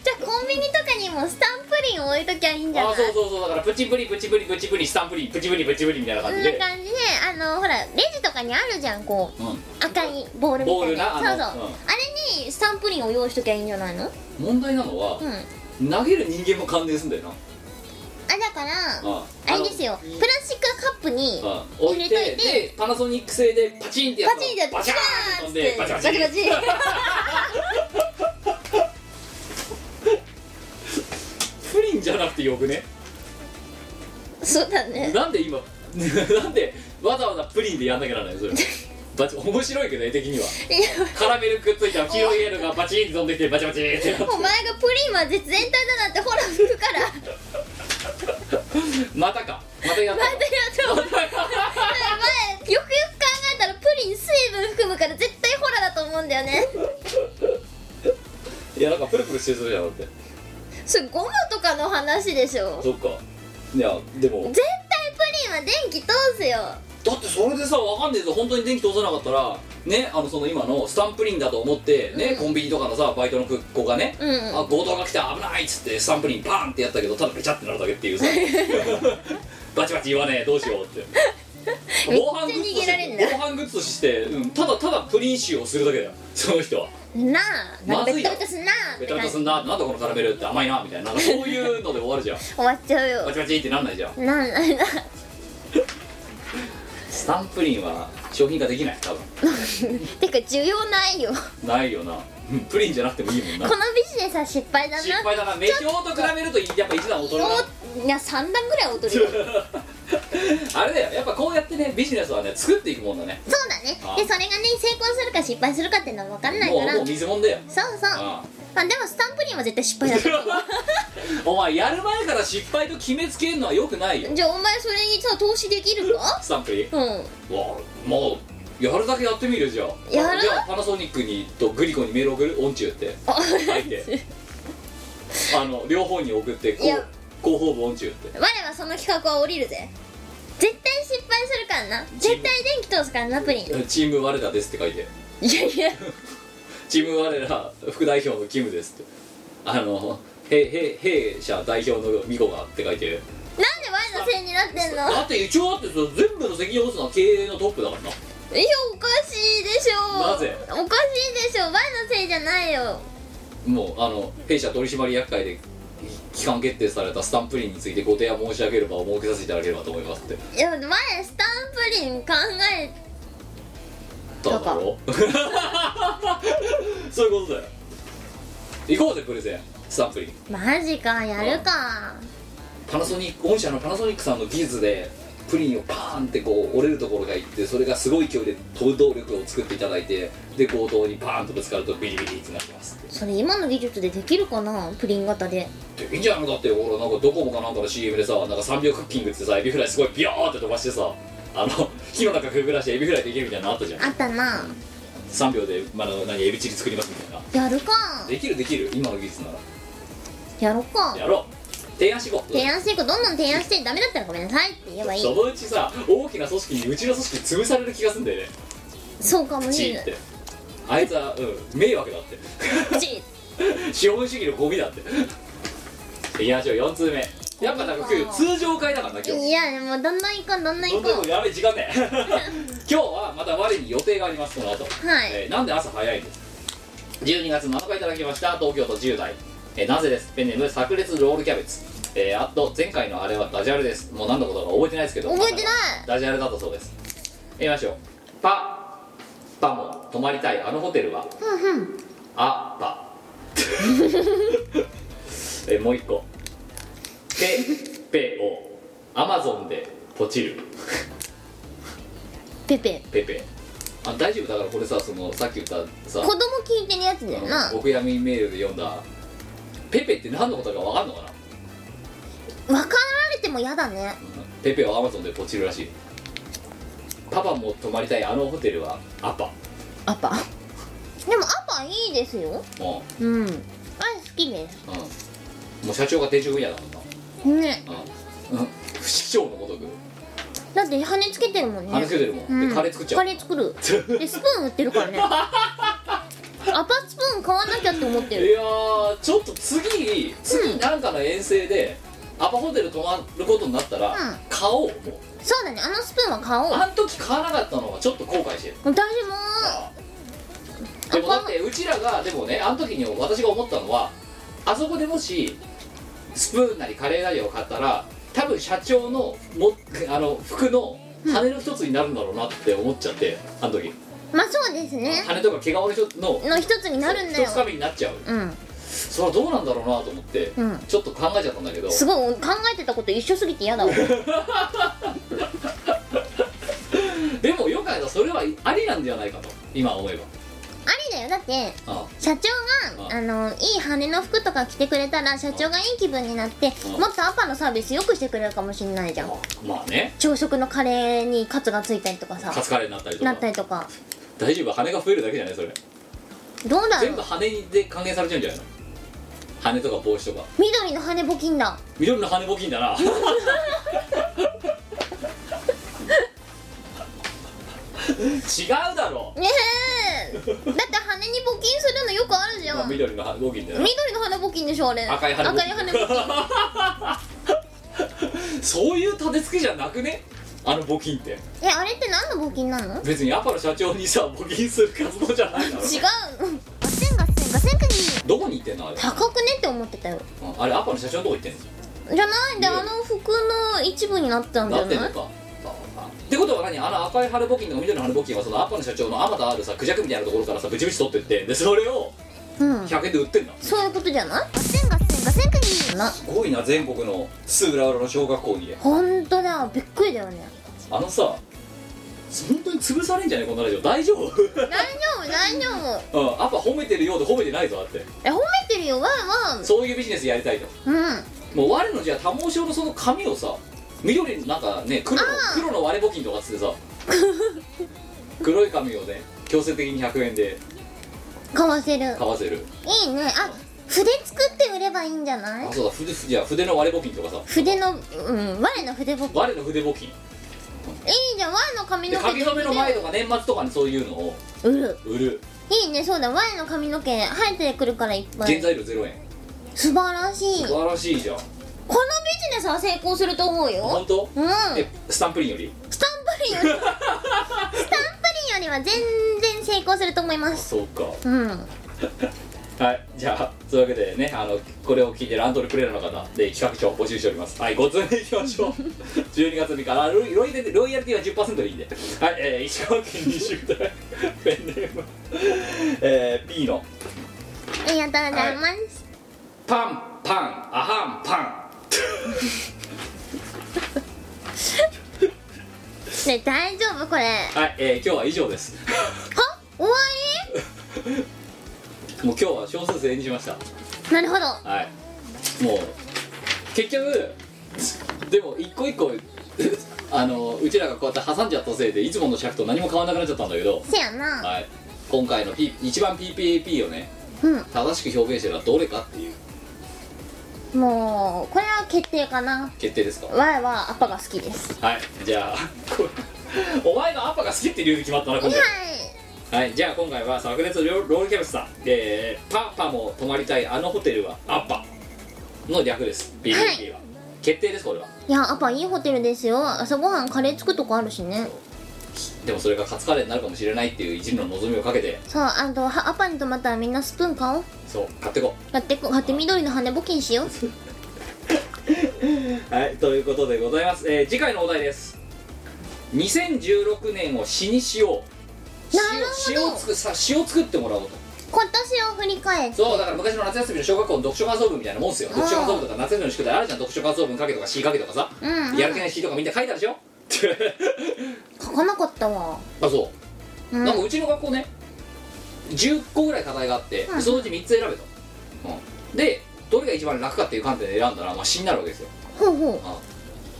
Speaker 2: じゃあコンビニとかにもスタンプリン置いときゃいいんじゃな
Speaker 1: あ
Speaker 2: い
Speaker 1: そうそうそうだからプチプリプチプリプチプリスタンプリンプチプリプチプリみたいな
Speaker 2: こ
Speaker 1: 感
Speaker 2: ん
Speaker 1: じ
Speaker 2: な
Speaker 1: で、
Speaker 2: 感じであのほらレジとかにあるじゃんこう
Speaker 1: う
Speaker 2: 赤いボールみ
Speaker 1: ボ
Speaker 2: たいな
Speaker 1: ールなあ
Speaker 2: そう
Speaker 1: の
Speaker 2: そう、
Speaker 1: うん
Speaker 2: あれにスタンプリンを用意しときゃいいんじゃないのうん
Speaker 1: ん、問題なのは、
Speaker 2: あ
Speaker 1: 投げる人間も感電すんだよな
Speaker 2: だから
Speaker 1: うん
Speaker 2: あれですよプラスチックカップに
Speaker 1: うん置い
Speaker 2: 入れ
Speaker 1: て
Speaker 2: といて
Speaker 1: でパナソニック製でパチンってや
Speaker 2: パ
Speaker 1: つ
Speaker 2: チンってやって
Speaker 1: バチャーン
Speaker 2: っ
Speaker 1: 飛ん
Speaker 2: つ
Speaker 1: でバチバチ
Speaker 2: バチバチ
Speaker 1: プリンじゃなくてよくね
Speaker 2: そうだね
Speaker 1: なんで今なんでわざわざプリンでやんなきゃならないのそれバチ面白いけど絵的にはい
Speaker 2: や
Speaker 1: カラメルくっついた黄色いのがバチンって飛んできてバチバチってなって
Speaker 2: お前がプリンは絶縁体だなってほら吹くから
Speaker 1: またかまたやっ
Speaker 2: なんでやと思う前よくよく考えたらプリン水分含むから絶対ホラだと思うんだよね
Speaker 1: たいやなんかプルプルしてそうじゃなくて
Speaker 2: それゴムとかの話でしょ
Speaker 1: そっかいやでも
Speaker 2: 絶対プリンは電気通すよ
Speaker 1: だってそれでさわかんねえぞ本当に電気通さなかったらねあのその今のスタンプリンだと思ってね、コンビニとかのさバイトの子がね、
Speaker 2: うん
Speaker 1: あ強盗が来て危ないっつってスタンプリンバーンってやったけどただペチャってなるだけって いうさバチバチ言わねえどうしようって防犯グッズと
Speaker 2: 逃げられ
Speaker 1: し
Speaker 2: ん
Speaker 1: て
Speaker 2: な
Speaker 1: 防犯グッズとして、うん、ただただプリン臭をするだけだよその人は
Speaker 2: なあな
Speaker 1: ま
Speaker 2: んか
Speaker 1: ず
Speaker 2: ベ
Speaker 1: い
Speaker 2: タ
Speaker 1: よ
Speaker 2: ベタすんなあっ
Speaker 1: ベ
Speaker 2: て
Speaker 1: タベ
Speaker 2: 感
Speaker 1: タ
Speaker 2: じ
Speaker 1: すんななんだこのカラメルって甘いなみたいななんかそういうので終わる じゃん
Speaker 2: 終わっちゃうよ
Speaker 1: バチバチってなんないじゃん
Speaker 2: なんなんなん
Speaker 1: スタンプリンは商品化できない多分
Speaker 2: てか需要ないよこ
Speaker 1: ないよなうんプリンじゃなくてもいいもんな
Speaker 2: のビジネスは失敗だな
Speaker 1: 失敗だな目標と比べるとやっぱ一段劣る
Speaker 2: おいや3段ぐらい劣るよそう
Speaker 1: なあれだよやっぱこうやってねビジネスはね作っていくもんだね
Speaker 2: だね
Speaker 1: あ
Speaker 2: でそれがね成功するか失敗するかっていうのは分かんない
Speaker 1: も
Speaker 2: から
Speaker 1: うもう水もんだよ
Speaker 2: そうそう
Speaker 1: ああ
Speaker 2: まあでもスタンプリンは絶対失敗 だと
Speaker 1: お
Speaker 2: 思
Speaker 1: 前やる前から失敗と決めつけるのはよくないよ
Speaker 2: うじゃあお前それにさ投資できるか
Speaker 1: スタンプリ
Speaker 2: うん
Speaker 1: ンわあもうやるだけやってみるよじゃあ
Speaker 2: やる
Speaker 1: あじゃあパナソニックにとグリコにメール送る「オンチュー」って
Speaker 2: あ
Speaker 1: 書いてあの両方に送ってこ
Speaker 2: いや
Speaker 1: う広報部「オンチュー」って
Speaker 2: 我はその企画は降りるぜ絶
Speaker 7: 失敗するからな絶対電気通すからなプリンい
Speaker 1: チーム我らですって書いて
Speaker 7: やいや
Speaker 1: チーム我ら副代表のキムですってあの弊弊弊社代表のミコがって書いて
Speaker 7: なんでワイのせいになってんの
Speaker 1: だって一応だってその全部の責任を持つのは経営のトップだからない
Speaker 7: やおかしいでしょ
Speaker 1: なぜ
Speaker 7: おかしいでしょワイのせいじゃないよ
Speaker 1: もうあの弊社取締役会で期間決定されたスタンプリンについてご提案申し上げればを設けさせていただければと思いますって
Speaker 7: いやワイスタンプリン考え
Speaker 1: どうだろう そういうことだよ行こうぜプレゼンスタンプリン
Speaker 7: マジかやるか
Speaker 1: パナソニック御社のパナソニックさんの技術でプリンをパーンってこう折れるところがいってそれがすごい勢いで投動力を作っていただいてで強盗にパーンとぶつかるとビリビリってなりますって
Speaker 7: それ今の技術でできるかなプリン型で
Speaker 1: でいいんじゃんだってほらなんかドコモかなんかの CM でさなんか3秒クッキングってさエビフライすごいビヨーって飛ばしてさあの 火の中くぐらしてエビフライできるみたいなのあったじゃん
Speaker 2: あったな
Speaker 1: 3秒で、まあ、あの何エビチリ作りますみたいな
Speaker 2: やるか
Speaker 1: できるできる今の技術な
Speaker 2: やろっから
Speaker 1: やろう提案しよう
Speaker 2: 提案していこうどんどん提案してダメだったらごめんなさいって言えばいい
Speaker 1: そのうちさ大きな組織にうちの組織潰される気がすんだよね
Speaker 2: そうかも
Speaker 1: チ
Speaker 2: し
Speaker 1: ー
Speaker 2: れな
Speaker 1: っ
Speaker 2: い
Speaker 1: てあいつは、うん、迷惑だって
Speaker 2: チ
Speaker 1: 資本主義のゴミだっていきましょう4通目やっぱなんか今日通常会だからな今
Speaker 2: ー
Speaker 1: 日
Speaker 2: いやでもどんどん行こうどんどん
Speaker 1: ど
Speaker 2: 行
Speaker 1: んどん
Speaker 2: こ
Speaker 1: もうやばい時間ね 今日はまた我に予定がありますこの後
Speaker 2: うはい
Speaker 1: えーなんで朝早いんです12月7日いただきました東京都10代、えーなぜですペンネーム炸裂ロールキャベツえーあと前回のあれはダジャレですもう何のことか覚えてないですけど
Speaker 2: 覚えてない
Speaker 1: ダジャレだったそうです言いましょうパパも泊まりたいあのホテルはあパ えーもう一個ペペをアマゾンでポチる
Speaker 2: ペペ
Speaker 1: ペペあ大丈夫だからこれさそのさっき言ったさ
Speaker 2: 子供聞いてるやつだよな
Speaker 1: お悔やみメールで読んだペペって何のことか分かんのかな
Speaker 2: 分かられても嫌だね
Speaker 1: ペペはアマゾンでポチるらしいパパも泊まりたいあのホテルはアパ
Speaker 7: アパ
Speaker 2: でもアパいいですよ
Speaker 1: も
Speaker 2: うんあれ好きです
Speaker 1: う、うん、もう社長が定職屋だもんな
Speaker 2: ね
Speaker 1: うん、うん、不死鳥のごとく
Speaker 2: だって羽つけてるもん
Speaker 1: 羽
Speaker 2: ね
Speaker 1: つけてるもん、
Speaker 2: うん
Speaker 1: でカレー作っちゃ
Speaker 2: カ
Speaker 1: う
Speaker 2: レー作るでスプーン売ってるからねアパスプーン買わなきゃって思って
Speaker 1: い
Speaker 2: る
Speaker 1: やーちょっと次次なんかの遠征で、アパホテル泊まることになったら、
Speaker 2: ん
Speaker 1: 買おうもう
Speaker 2: そうだねあのスプーンは買おう
Speaker 1: あん時買わなかったのはちょっと後悔してる
Speaker 2: 私も
Speaker 1: でもだってうちらがでもねあの時に私が思ったのはあそこでもしスプーンなりカレーなりを買ったら多分社長のもあの服の羽の一つになるんだろうなって思っちゃってあの時
Speaker 2: まあそうですね
Speaker 1: 羽とか毛皮の人の
Speaker 2: の一つになるんだ
Speaker 1: 一
Speaker 2: よ
Speaker 1: つ紙になっちゃう
Speaker 2: うん
Speaker 1: それはどうなんだろうなと思って、
Speaker 2: うん
Speaker 1: ちょっと考えちゃったんだけど
Speaker 2: すごい考えてたこと一緒すぎて 嫌だわ
Speaker 1: でもよくあえばそれはありなんじゃないかと今思えば
Speaker 2: ありだよだって
Speaker 1: あ
Speaker 2: 社長があのいい羽の服とか着てくれたら社長がいい気分になって
Speaker 1: うん
Speaker 2: もっとアパのサービスよくしてくれるかもしんないじゃん
Speaker 1: あまあね
Speaker 2: 朝食のカレーにカツがついたりとかさ
Speaker 1: カツカレーになったりと
Speaker 2: な
Speaker 1: か
Speaker 2: ったりとか
Speaker 1: 大丈夫羽が増えるだけじゃないそれ
Speaker 2: どうだろ
Speaker 1: 全部
Speaker 2: う
Speaker 1: 羽で還元されちゃうんじゃないの羽とか帽子とか
Speaker 2: 緑の羽募金だ
Speaker 1: 緑の羽募金だな違うだろ、
Speaker 2: ね えだって羽に募金するのよくあるじゃ
Speaker 1: まあ、
Speaker 2: ん緑
Speaker 1: 緑の羽募金だよな
Speaker 2: の羽募金でしょあれ
Speaker 1: 赤い羽募金
Speaker 2: 赤い羽募 金
Speaker 1: そういう立て付けじゃなくねあの募金って
Speaker 2: えあれって何の募金なの
Speaker 1: 別にアパの社長にさ募金する活動じゃないだろ
Speaker 2: 違うガセンガセンガセンクニー
Speaker 1: どこに行ってんのあれ
Speaker 2: 高くねって思ってたよ
Speaker 1: うんあれアパの社長のとこ行ってんの
Speaker 2: じゃないで
Speaker 1: ねえ
Speaker 2: あの服の一部になったんじ
Speaker 1: なっ
Speaker 2: ゃな
Speaker 1: て
Speaker 2: い
Speaker 1: んのかってことは何あの赤い羽募金とか緑の羽募金はそのアパの社長のあまたあるさクジャクみたいなところからさブチブチ取ってってでそれを
Speaker 2: うん
Speaker 1: 100円で売ってんだ
Speaker 2: そういうことじゃないガセンガセンガセンクニーな
Speaker 1: すごいな全国の津浦々の小学校に
Speaker 2: ほんとだびっくりだよね
Speaker 1: あのさ本当に潰されんじゃねえこんなラジオ大丈夫
Speaker 2: 大丈夫大丈夫
Speaker 1: うんやっぱ褒めてるようで褒めてないぞだって
Speaker 2: え褒めてるよわーわー
Speaker 1: そういうビジネスやりたいと
Speaker 2: うん
Speaker 1: もう我のじゃあ多毛症のその髪をさ緑のなんかね黒の
Speaker 2: あー
Speaker 1: 黒の割れ募金とかっつって さ黒い髪をね強制的に100円で
Speaker 2: 買わせる
Speaker 1: 買わせる
Speaker 2: いいねあ筆作って売ればいいんじゃない
Speaker 1: あそうだ筆じゃあ筆の割れ募金とかさ
Speaker 2: 筆のうん我の筆ぼ
Speaker 1: 我の筆募金
Speaker 2: いいじゃんワンの髪
Speaker 1: で
Speaker 2: の
Speaker 1: 書き
Speaker 2: 毛
Speaker 1: 初めの前とか年末とかにそういうのを
Speaker 2: 売る
Speaker 1: 売る
Speaker 2: いいねそうだワンの髪の毛生えてくるからいっぱ
Speaker 1: 原
Speaker 2: い
Speaker 1: 材料0円
Speaker 2: 素晴らしい
Speaker 1: 素
Speaker 2: このビ
Speaker 1: 晴らしいじゃん
Speaker 2: ジネスは成功すると思う
Speaker 1: 本
Speaker 2: よ
Speaker 1: 当
Speaker 2: うん
Speaker 1: えスタンプリンより
Speaker 2: スタンプリンよ りスタンプリンよりは全然成功すると思います
Speaker 1: そうか
Speaker 2: うん
Speaker 1: はいじゃあそういうわけでねあのこれを聞いてるアントレプレーナーの方で企画書を募集しておりますはいご通目いきまし ょう12月3日あロイロイヤルロイヤルティは10%でいいんではい、えー、石川県20代ペンネーム、えー、P の
Speaker 2: ありがとうございます、
Speaker 1: パンパンアハンパ
Speaker 2: ね大丈夫これ
Speaker 1: ンはい、えー、今日は以上です
Speaker 2: は終わ
Speaker 1: もう今日は少数制にしました
Speaker 2: りなるほど
Speaker 1: はいもう結局でも一個一 個あのうちらがこうやって挟んじゃったせいでいつもの尺と何も変わらなくなっちゃったんだけど、
Speaker 2: せやな
Speaker 1: はい、今回の、P、一番 PPAP をね
Speaker 2: う
Speaker 1: 正しく表現してるのはどれかっていうん
Speaker 2: もうこれは決定かな
Speaker 1: 決定ですか
Speaker 2: わいはアッパが好きです
Speaker 1: はいじゃあこれお前のアッパが好きっていう理由で決まったな今
Speaker 2: はい
Speaker 1: 回はいじゃあ今回は炸裂ロールキャベツさん、えー、パパも泊まりたいあのホテルはアッパの略です PPAP は、決定ですこれはい
Speaker 2: やアッパいいホテルですよ朝ごはんカレーつくとこあるしね
Speaker 1: でもそれがカツカレーになるかもしれないっていう一縷の望みをかけて
Speaker 2: そうあとはアッパに泊まったらみんなスプーン買おう
Speaker 1: そう買ってこ
Speaker 2: 買ってこ買って緑の羽募金しよう
Speaker 1: うはいということでございます、えー次回のお題です2016年を詩にしよう
Speaker 2: なるほ
Speaker 1: 詩を
Speaker 2: ど
Speaker 1: 詩をつくさ詩を作ってもらおうと
Speaker 2: 今年を振り返って
Speaker 1: そうだから昔の夏休みの小学校の読書感想文みたいなもんですよ読書感想文とか夏休みの宿題あるじゃん読書感想文書けとか詩書けとかさ、
Speaker 2: うんうん
Speaker 1: やる気ない詩とかみんな書いたでしょって
Speaker 2: 書かなかったわ
Speaker 1: あそう
Speaker 2: う
Speaker 1: なんか
Speaker 2: ん
Speaker 1: うちの学校ね10個ぐらい課題があって、
Speaker 2: うん
Speaker 1: そのうち3つ選べと、うんでどれが一番楽かっていう観点で選んだら、まあ、詩になるわけですよ
Speaker 2: ほうほ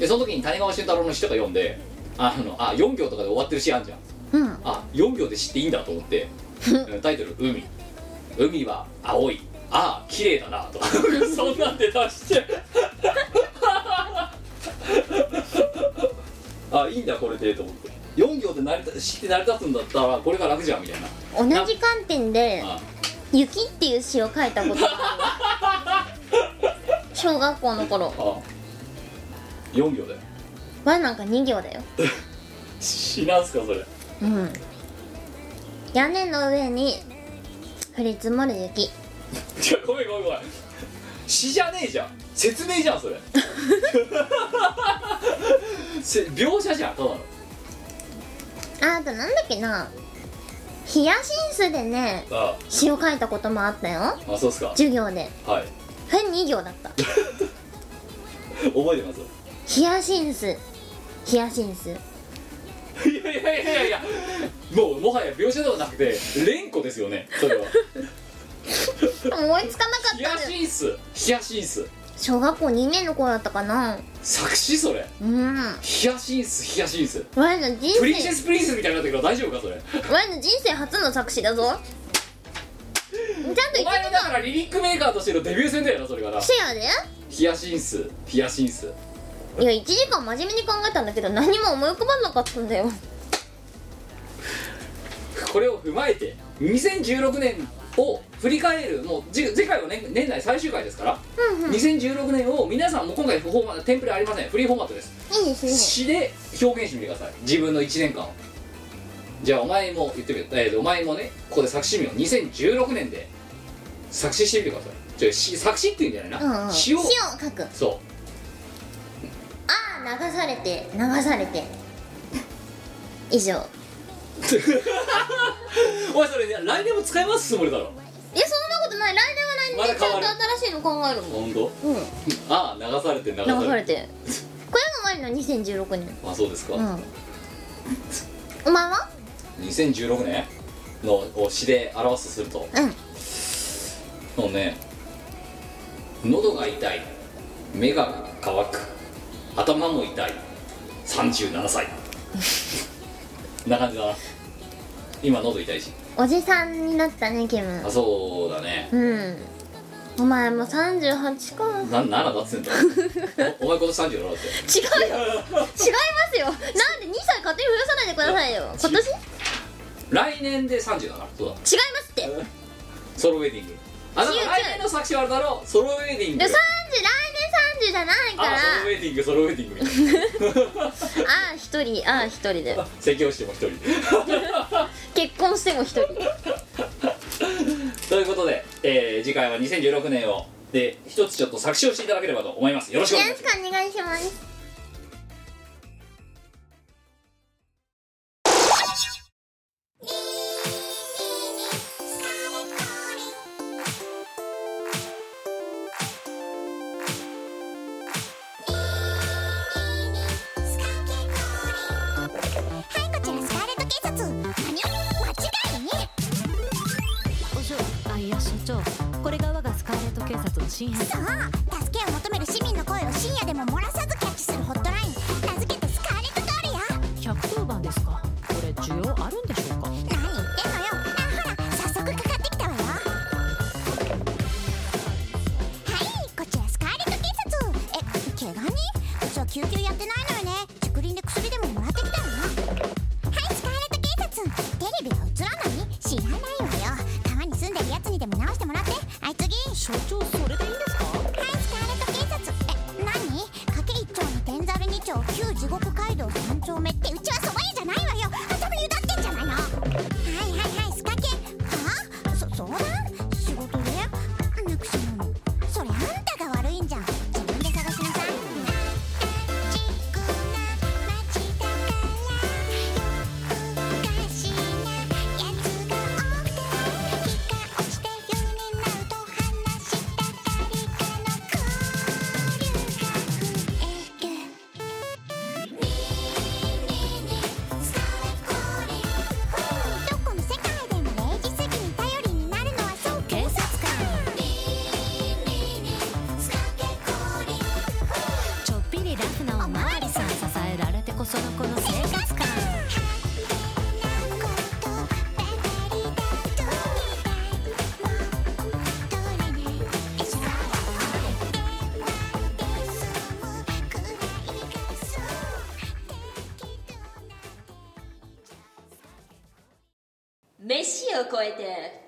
Speaker 1: でその時に谷川俊太郎の詩とか読んであのあ4行とかで終わってる詩あんじゃん
Speaker 2: ううん
Speaker 1: あ4行で詩っていいんだと思 ってうんタイトル「海」「海は青い」「ああ綺麗だな」とか そんなんで出して あいいんだこれでと思って4行で成り立詩って成り立つんだったらこれが楽じゃんみたいな
Speaker 2: 同じ観点で
Speaker 1: あ
Speaker 2: 「雪」っていう詩を書いた ことがある小学校の頃
Speaker 1: あ4行だよ
Speaker 2: わなんか2行だよ
Speaker 1: 詩なんすかそれ
Speaker 2: うん屋根の上に降り積もる雪
Speaker 1: いやごめんごめんごめん詩じゃねえじゃん説明じゃんそれ せ描写じゃんただの
Speaker 2: ああとなんだっけなヒヤシンスでね
Speaker 1: あ
Speaker 2: 詩を書いたこともあったよ
Speaker 1: ああそうっすか
Speaker 2: 授業で
Speaker 1: はい
Speaker 2: ふん2行だった
Speaker 1: 覚えてます
Speaker 2: ヒヤシンスヒヤシンス
Speaker 1: いやいやいやいやもうもはや描写ではなくて連呼ですよねそれは
Speaker 2: 思いつかなかっ
Speaker 1: ヒ
Speaker 2: た
Speaker 1: ヤ
Speaker 2: のよ
Speaker 1: シンスヒヤシンス
Speaker 2: 小学校2年の頃だったかな
Speaker 1: 作詞それ
Speaker 2: うん
Speaker 1: ヒヤシンスヒヤシンス
Speaker 2: ワイの人
Speaker 1: プリンセ
Speaker 2: 生
Speaker 1: スプリンスみたいになってるけど大丈夫かそれ
Speaker 2: ワイの人生初の作詞だぞちゃんと言
Speaker 1: お
Speaker 2: って
Speaker 1: 前のだからリリックメーカーとしてのデビュー戦だよなそれから
Speaker 2: せやで
Speaker 1: ヒヤシンスヒヤシンス
Speaker 2: いや1時間真面目に考えたんだけど何も思い浮かばなかったんだよ
Speaker 1: これを踏まえて2016年を振り返るもうじ次回は、ね、年内最終回ですから、2016年を皆さんも今回フォーマテンプレありませんフリーフォーマットです
Speaker 2: いいですね
Speaker 1: 詩で表現してみてください自分の1年間をじゃあお前も言ってみよう、えーお前もねここで作詞名を2016年で作詞してみてくださいじゃあ詩作詞っていうんじゃないな、
Speaker 2: うんうん
Speaker 1: 詩を
Speaker 2: 書く
Speaker 1: そ
Speaker 2: ああ流されて流されて 以上いや
Speaker 1: うお前それ、ね、来年も使いますつもりだろ
Speaker 2: そんなことない来年は来年でち
Speaker 1: まだ
Speaker 2: ゃ
Speaker 1: 変わ
Speaker 2: ん
Speaker 1: る
Speaker 2: と新しいの考えるもん
Speaker 1: 本当
Speaker 2: うん
Speaker 1: ああ流されて流されて
Speaker 2: 流されてこれが前の2016年
Speaker 1: まあそうですか、
Speaker 2: うんお前は
Speaker 1: 2016年のを詩で表すとすると
Speaker 2: うん
Speaker 1: もうね喉が痛い目が乾く頭も痛い37歳 こんな感じだな今喉痛いし
Speaker 2: おじさんになったねキム
Speaker 1: あそうだね
Speaker 2: うんお前も38か
Speaker 1: な7だっつってんだおお前今年30だろだって
Speaker 2: 違うよ違いますよなんで
Speaker 7: さいよ今年違い
Speaker 1: 来年で30だからそうだ
Speaker 7: ますってで
Speaker 1: ソロウェディングあだから来年の作詞はあれだろうソロウェディング
Speaker 7: 30来年30じゃないから
Speaker 1: あソロウェディングソロウェディングみたいな
Speaker 7: ああ一人ああ一人で
Speaker 1: 説教しても一人
Speaker 7: 結婚しても一人
Speaker 1: ということで、えー次回は2016年をで一つちょっと作詞をしていただければと思いますよろしくお願いします
Speaker 2: お願いします
Speaker 8: はいこちらスカーレット警察何を間違いね
Speaker 9: お嬢あいや所長これが我がスカーレット警察の新編
Speaker 8: そう助けを求める市民の声を深夜でも漏らさずキャッチするホットライン名付けてスカーレットドリア
Speaker 9: 110番ですかこれ需要あるんでしょうか
Speaker 8: 何言ってんのよあほら早速かかってきたわよはいこちらスカーレット警察え怪我人うちは救急やってないのよね竹林で薬でももらってきたわはいスカーレット警察テレビは映らない知らないわよ川に住んでるやつにでも直してもらってはい次
Speaker 9: 所長それでいいんですか
Speaker 8: はいスカーレット警察え何賭け一丁に天ざる二丁旧地獄街道三丁目ってうちはそば湯じゃないわよあそこ湯だってんじゃないのはいはいはいスカケはあそ相談仕事でなくしなのそれあんたが悪いんじゃん自分で探しなさいちくな街だからよおかしなやつが多くて日が落ちて夜になると話したがりが残るが増えるどこの世界でも0時過ぎに頼りになるのはそう警察官
Speaker 9: ちょっぴりラフなおまわりさん支えられてこそのこの生活感
Speaker 7: 飯を超えて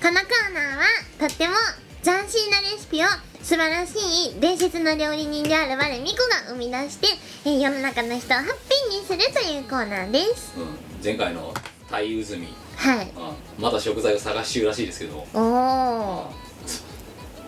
Speaker 2: このコーナーはとっても斬新なレシピを素晴らしい伝説の料理人である我ミコが生み出して、えー世の中の人をハッピーにするというコーナーです
Speaker 1: うん、前回のタイ渦ミ、
Speaker 2: はい
Speaker 1: うん、まだ食材を探し中らしいですけど
Speaker 2: おお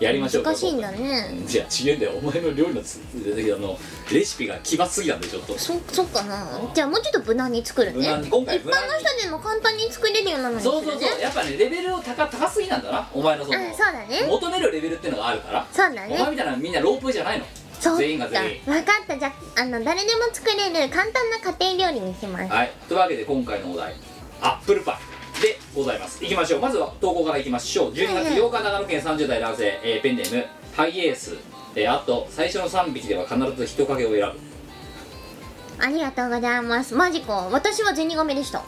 Speaker 1: やりましょう
Speaker 2: 難しいんだ
Speaker 1: う
Speaker 2: ね
Speaker 1: んいや違うんだよお前の料理のつだけどあのレシピが奇抜すぎたんでちょっと
Speaker 2: そそっかなじゃあもうちょっと無難に作るね
Speaker 1: 無
Speaker 2: 一
Speaker 1: 難に今回無難
Speaker 2: 般
Speaker 1: に
Speaker 2: の人でも簡単に作れるようなのにする
Speaker 1: そ
Speaker 2: ね
Speaker 1: うそうそうやっぱねレベルを高高すぎなんだなお前のその
Speaker 2: うんそうだね
Speaker 1: 求めるレベルっていうのがあるから
Speaker 2: そうだ
Speaker 1: お前
Speaker 2: ね
Speaker 1: みたいなみんなロープじゃないの
Speaker 2: そう
Speaker 1: 全員が
Speaker 2: か
Speaker 1: 全員
Speaker 2: 分かったじゃああの誰でも作れる簡単な家庭料理にします
Speaker 1: はいというわけで今回のお題アップルパイでございますいきましょうまずは投稿からいきましょう12月8日長野県30代男性、えーペンネームハイエースであと最初の3匹では必ず人影を選ぶ
Speaker 2: ありがとうございますマジか私はゼニガメでした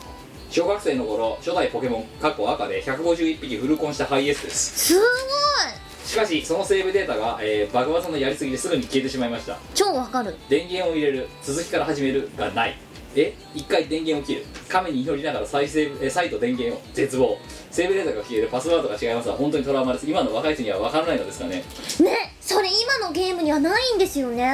Speaker 1: 小学生の頃初代ポケモン過去赤で151匹フルコンしたハイエースです
Speaker 2: すごい
Speaker 1: しかしそのセーブデータが、えー、バグワさんのやりすぎですぐに消えてしまいました
Speaker 2: 超わかる
Speaker 1: 電源を入れる続きから始めるがないえ一回電源を切る亀に祈りながら再生えー再度電源を絶望セーブデータが消えるパスワードが違いますは本当にトラウマです今の若い人には分からないのですかね
Speaker 2: ねそれ今のゲームにはないんですよね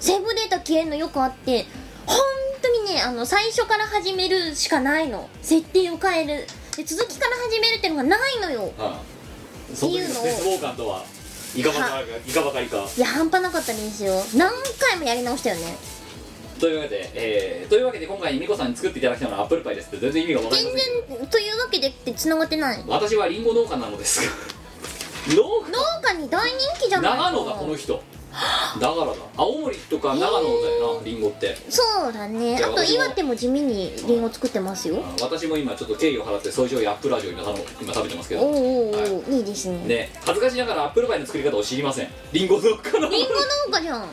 Speaker 2: セーブデータ消えるのよくあって本当にねあの最初から始めるしかないの設定を変えるで続きから始めるってのがないのよ
Speaker 1: はいその時の
Speaker 2: っていうのを
Speaker 1: 絶望感とはいかばかりいかばかりか
Speaker 2: いや半端なかったですよ何回もやり直したよね
Speaker 1: というわけで、えーというわけで今回美子さんに作っていただきたのはアップルパイですって全然意味が分かりません
Speaker 2: 全
Speaker 1: けど
Speaker 2: 然というわけでって繋がってない
Speaker 1: 私はリンゴ農家なのですが農家
Speaker 2: 農家に大人気じゃない
Speaker 1: 長野がこの人だからだ青森とか長野だよなリンゴって
Speaker 2: そうだねあと岩手も地味にリンゴ作ってますよ
Speaker 1: うん私も今ちょっと敬意を払ってソイジョイアップル味を今頼む今食べてますけ
Speaker 2: おう
Speaker 1: ど
Speaker 2: おうおう、い、いですね
Speaker 1: ね恥ずかしながらアップルパイの作り方を知りませんリンゴ農家の
Speaker 2: リンゴ農家じゃんわか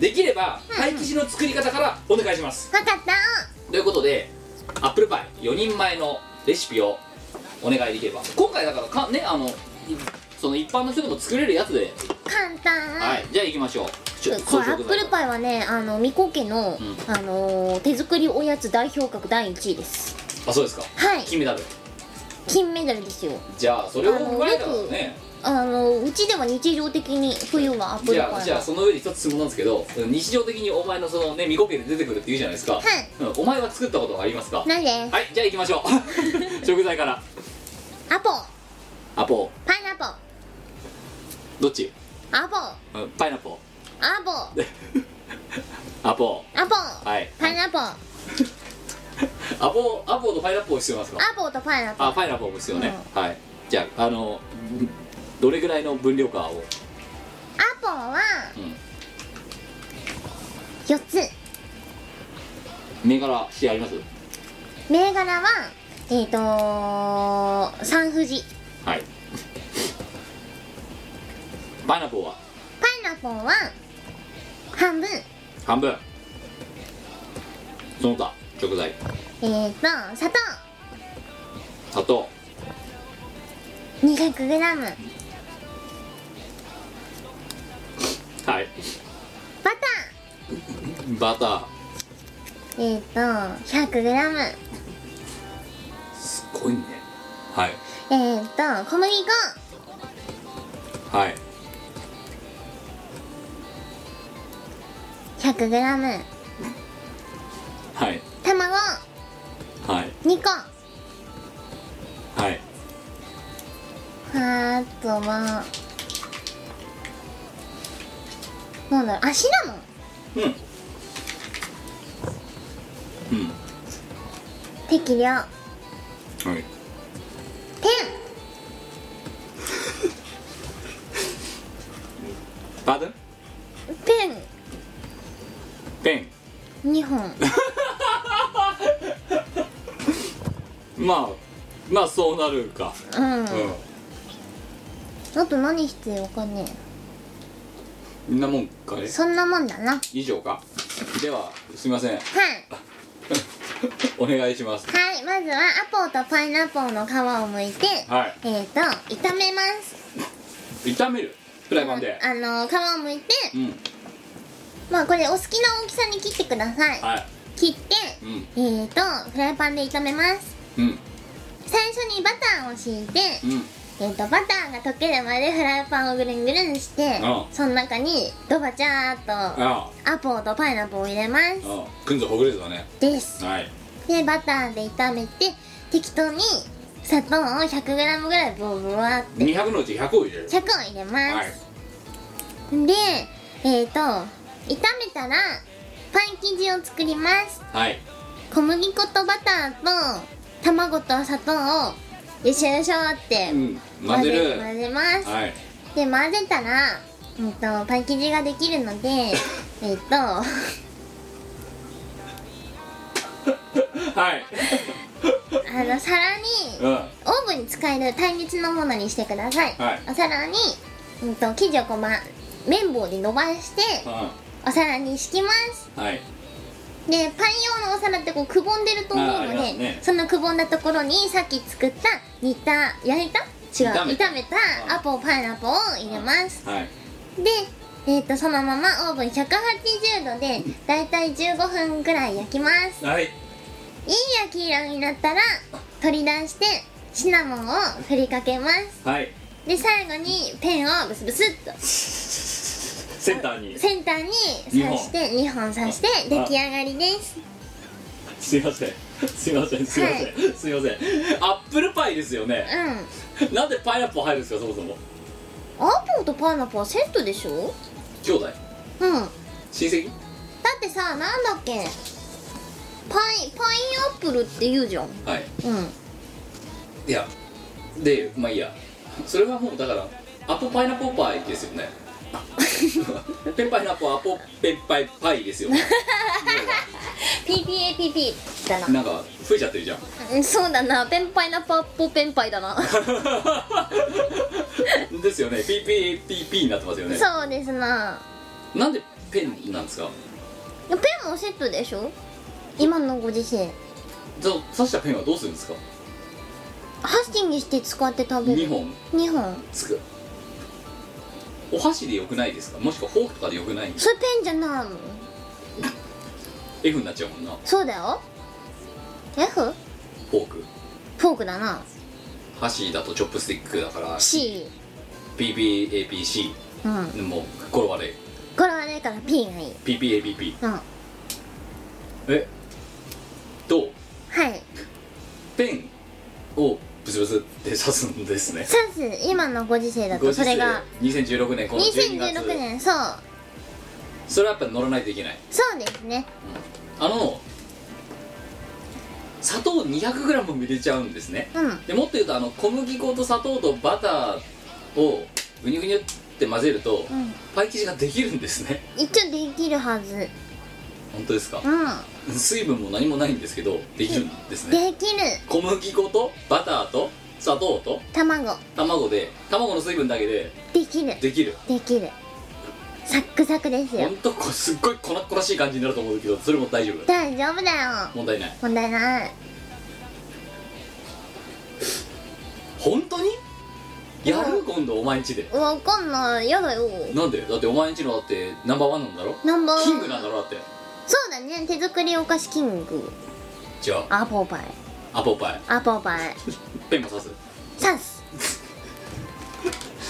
Speaker 1: できればパイ生地の作り方からお願いします
Speaker 2: った
Speaker 1: ということでアップルパイ4人前のレシピをお願いできれば今回だからかねあのいその一般の人でも作れるやつで、
Speaker 2: 簡単、
Speaker 1: はいじゃあ行きましょうちょ
Speaker 2: これアップルパイはねあの未公家の、
Speaker 1: うん
Speaker 2: あのー手作りおやつ代表格第1位です
Speaker 1: あそうですか
Speaker 2: はい
Speaker 1: 金メダル
Speaker 2: 金メダルですよ
Speaker 1: じゃあそれを
Speaker 2: あの
Speaker 1: 踏まえたらね
Speaker 2: あのうちでは日常的に冬はアップ
Speaker 1: じ
Speaker 2: ル
Speaker 1: ゃあ
Speaker 2: パイ
Speaker 1: じゃあその上で一つ質問なんですけど日常的にお前のそのね未公家で出てくるって言うじゃないですか、
Speaker 2: い
Speaker 1: うんお前は作ったことはありますか
Speaker 2: なんで
Speaker 1: はいじゃあ行きましょう 食材から
Speaker 2: アポ
Speaker 1: アポ
Speaker 2: パイナポ
Speaker 1: どっち
Speaker 2: アポ
Speaker 1: うんパイナップル
Speaker 2: アポ
Speaker 1: アポ
Speaker 2: アポ
Speaker 1: はい
Speaker 2: パイナポア
Speaker 1: アポアポとパイナップルを必要なんですか
Speaker 2: ポとパイナポ
Speaker 1: あパイナップルも必要ね、はいじゃああのどれぐらいの分量かを
Speaker 2: アポは
Speaker 1: うん
Speaker 2: 4つ
Speaker 1: 銘柄してあります
Speaker 2: 銘柄はえっ、と三富士
Speaker 1: はいパイナップルは
Speaker 2: パイナポは半分
Speaker 1: 半分その他食材
Speaker 2: えっ、と砂糖
Speaker 1: 砂糖
Speaker 2: 200g
Speaker 1: はい
Speaker 2: バタ
Speaker 1: バター
Speaker 2: ーえっ、と 100g
Speaker 1: すごいねはい
Speaker 2: えっ、と小麦粉
Speaker 1: はい
Speaker 2: 100g
Speaker 1: はい
Speaker 2: 卵
Speaker 1: はい
Speaker 2: 2個
Speaker 1: はい
Speaker 2: あとはなんだろうあシナモン
Speaker 1: うんうん
Speaker 2: 適量
Speaker 1: はい
Speaker 2: 天
Speaker 1: パードン
Speaker 2: ペ
Speaker 1: ペ
Speaker 2: ン2本
Speaker 1: ンまあまあそうなるか
Speaker 2: うん
Speaker 1: うん
Speaker 2: あと何必要かね
Speaker 1: みんなもんかね
Speaker 2: そんなもんだなはい
Speaker 1: 以上かではすみません お願いします
Speaker 2: はいまずはアポーとパイナッポーの皮を剥いて、
Speaker 1: はい
Speaker 2: えっ、と炒めます
Speaker 1: 炒めるフライパンで
Speaker 2: あの皮を剥いて、
Speaker 1: うん
Speaker 2: まあこれお好きな大きさに切ってください、
Speaker 1: はい
Speaker 2: 切って、
Speaker 1: うん
Speaker 2: えっ、とフライパンで炒めます
Speaker 1: うん
Speaker 2: 最初にバターを敷いて、
Speaker 1: うん
Speaker 2: えっとバターが溶けるまでフライパンをぐるんぐるんして
Speaker 1: うん
Speaker 2: その中にドバチャーっと
Speaker 1: あ
Speaker 2: アポーとパイナップルを入れま
Speaker 1: あああくんぞほぐれてたね
Speaker 2: すです
Speaker 1: はい
Speaker 2: でバターで炒めて適当に砂糖を 100g ぐらいボブワ
Speaker 1: 200のうち100を入れる
Speaker 2: 100を入れま
Speaker 1: は
Speaker 2: す
Speaker 1: い、
Speaker 2: でえっ、と炒めたらパン生地を作ります
Speaker 1: はい、
Speaker 2: 小麦粉とバターと卵と砂糖をよしょよしょって
Speaker 1: うん、混ぜる
Speaker 2: 混ぜます、
Speaker 1: はい
Speaker 2: で混ぜたら、うん、とパン生地ができるのでえっとあ
Speaker 1: はい
Speaker 2: の皿
Speaker 1: う
Speaker 2: に
Speaker 1: ん
Speaker 2: オーブンに使える耐熱のものにしてください、
Speaker 1: はい
Speaker 2: お皿に、うん、と生地をこう、ま、綿棒で伸ばして
Speaker 1: う
Speaker 2: お皿に敷きます
Speaker 1: んはい
Speaker 2: でパン用のお皿ってこうくぼんでると思う
Speaker 1: あーあ
Speaker 2: の
Speaker 1: り
Speaker 2: で、
Speaker 1: ますね
Speaker 2: そのくぼんだところにさっき作った煮た焼いた違う
Speaker 1: 炒
Speaker 2: 炒め
Speaker 1: めた
Speaker 2: たアポパイナポを入れます
Speaker 1: はい
Speaker 2: で、えー、とそのままオーブン180度でだいたい15分ぐらい焼きます
Speaker 1: はい
Speaker 2: いい焼き色になったら取り出してシナモンを振りかけます
Speaker 1: はい
Speaker 2: で最後にペンをブスブスっと
Speaker 1: センターに
Speaker 2: センターに刺して2本刺して出来上がりです
Speaker 1: すいませんすいませんすいません、すいませんアップルパイですよね
Speaker 2: うん
Speaker 1: なんでパイナップル入るんですかそもそも
Speaker 2: アポーとパイナップルはセットでしょ
Speaker 1: 兄弟
Speaker 2: うんだ
Speaker 1: 親戚
Speaker 2: ってさなんだっけパイパインアップルって言うじゃんうん
Speaker 1: はいいやでまあいいやそれはもうだからアポパイナップルパイですよねペンパイナップルアポペンパイパイですよね
Speaker 2: PPAPP だな
Speaker 1: なんか増えちゃってるじゃん
Speaker 2: うんそうだなペンパイナパッポペンパイだな
Speaker 1: ですよね PPPP になってますよね
Speaker 2: そうですな
Speaker 1: なんでペンなんですか
Speaker 2: ペンもセットでしょ今のご時世
Speaker 1: じゃあ刺したペンはどうするんですか
Speaker 2: 箸にして使って食べ
Speaker 1: 2
Speaker 2: る
Speaker 1: 本
Speaker 2: 2本
Speaker 1: つくお箸でよくないですかもしくはフォークとかでよくない
Speaker 2: それペンじゃないの
Speaker 1: F になっちゃうもんな
Speaker 2: そうだよ F?
Speaker 1: フォーク
Speaker 2: フォークだな
Speaker 1: 箸だとチョップスティックだから
Speaker 2: C
Speaker 1: PPAPC
Speaker 2: うん
Speaker 1: もうこれ悪い
Speaker 2: これはねから P がいい
Speaker 1: PPAPP
Speaker 2: うんは
Speaker 1: えと
Speaker 2: い
Speaker 1: ペンをブスブスって刺すんですね
Speaker 2: サス今のご時世だとそれが
Speaker 1: 2016年この12月
Speaker 2: 2016年そう
Speaker 1: それはやっぱ乗らないといけない
Speaker 2: そうですね
Speaker 1: あの砂糖 200g も入れちゃうんですね
Speaker 2: うん
Speaker 1: でもっと言うとあの小麦粉と砂糖とバターをぐにゅぐにゅって混ぜると、
Speaker 2: うん
Speaker 1: パイ生地ができるんですね
Speaker 2: 一応できるはず
Speaker 1: 本当ですか
Speaker 2: うん
Speaker 1: 水分も何もないんですけどできるんですね
Speaker 2: できる
Speaker 1: 小麦粉とバターと砂糖と
Speaker 2: 卵
Speaker 1: 卵で卵の水分だけで
Speaker 2: できる
Speaker 1: できる
Speaker 2: できるサックサクですよ
Speaker 1: 本当こすっごい粉っこらしい感じになると思うけどそれも大丈夫
Speaker 2: 大丈夫だよ
Speaker 1: 問題ない
Speaker 2: 問題ない
Speaker 1: 本当にやる今度お前んちで
Speaker 2: わかんないやだよ
Speaker 1: なんでだってお前んちのだってナンバーワンなんだろ
Speaker 2: ナンバーワン
Speaker 1: キングなんだろだって
Speaker 2: そうだね手作りお菓子キング
Speaker 1: じゃあ
Speaker 2: アポパイ
Speaker 1: アポパイ
Speaker 2: アポパイ
Speaker 1: ペンも刺す
Speaker 2: サス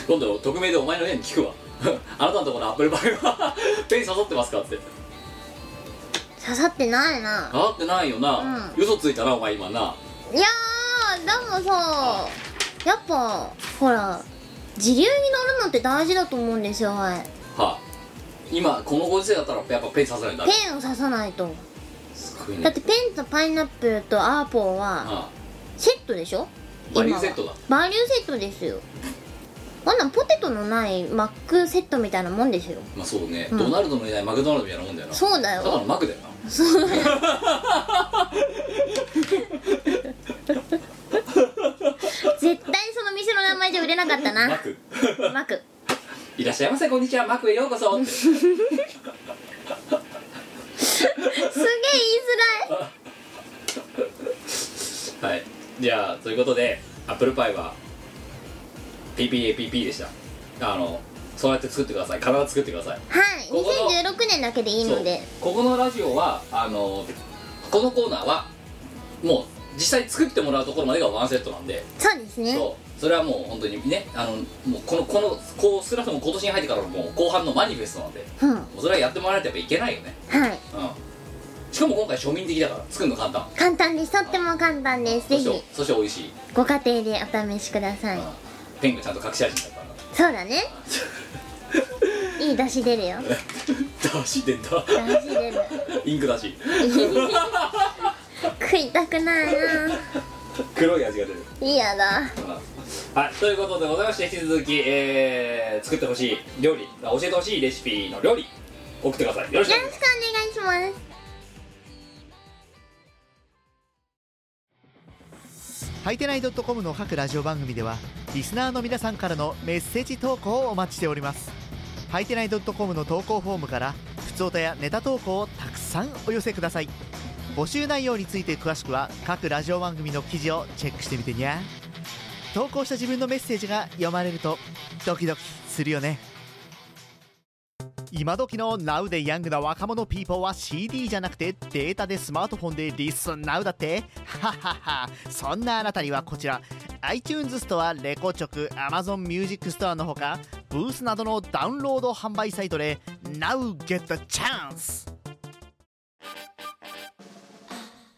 Speaker 1: 今度匿名でお前の家に聞くわ あなたのところのアップルパイは ペン刺さってますかって
Speaker 2: 刺さってないな
Speaker 1: 刺さってないよな、嘘ついたなお前今ない
Speaker 2: やーでもさやっぱほら自流に乗るのって大事だと思うんですよはい
Speaker 1: はい今このご時世だったらやっぱペン刺さないんだ
Speaker 2: ペンを刺さないと
Speaker 1: すごいね
Speaker 2: だってペンとパイナップルとアーポーは
Speaker 1: あ
Speaker 2: セットでしょ
Speaker 1: あバリューセットだ
Speaker 2: バリューセットですよあんなんポテトのないマックセットみたいなもんですよ
Speaker 1: まあそうね、
Speaker 2: うん
Speaker 1: ドナルドのいないマクドナルドみたいなもんだよな
Speaker 2: そうだ
Speaker 1: ただ
Speaker 2: よ
Speaker 1: のマクだよな
Speaker 2: 絶対その店の名前じゃ売れなかった
Speaker 1: マ
Speaker 2: な
Speaker 1: ク
Speaker 2: マク
Speaker 1: いらっしゃいませこんにちはマクへようこそって
Speaker 2: すげえ言いづらい
Speaker 1: はいじゃあということでアップルパイは PPAPP でしたあのそうやって作ってください必ず作ってくださいここ
Speaker 2: はい2016年だけでいいので
Speaker 1: そうここのラジオはあのこのコーナーはもう実際作ってもらうところまでがワンセットなんで、
Speaker 2: そうですね
Speaker 1: そうそれはもう本当にねあのもうこのこのこう少なくとも今年に入ってからのもう後半のマニフェストなんで
Speaker 2: うんは
Speaker 1: もうそれはやってもらわないとやっぱいけないよね
Speaker 2: い
Speaker 1: うんしかも今回庶民的だから作るの簡単
Speaker 2: 簡単ですとっても簡単ですぜ
Speaker 1: そし
Speaker 2: ひ
Speaker 1: てそして美味しい、
Speaker 2: ご家庭でお試しください
Speaker 1: うんペンがちゃんと隠し味だったんだ
Speaker 2: そうだ ねいい出汁出るよ
Speaker 1: 出してんだ
Speaker 2: 出汁出る
Speaker 1: インク 出し
Speaker 2: 食いたくないな
Speaker 1: 黒い味が出る
Speaker 2: 嫌だ
Speaker 1: はい、ということでございまして引き続き、えー、作ってほしい料理あ教えてほしいレシピの料理送ってくださいよろしく
Speaker 2: よろしくお願いします
Speaker 5: はいてない .com の各ラジオ番組ではリスナーの皆さんからのメッセージ投稿をお待ちしておりますはいてない .com の投稿フォームから普通歌やネタ投稿をたくさんお寄せください募集内容について詳しくは各ラジオ番組の記事をチェックしてみてにゃ投稿した自分のメッセージが読まれるとドキドキするよね今時の Now でヤングな若者ピーポーは CD じゃなくてデータでスマートフォンでリスン Now だってはははそんなあなたにはこちら iTunes ストア、レコチョク、Amazon ミュージックストアのほかブースなどのダウンロード販売サイトで Now get the chance!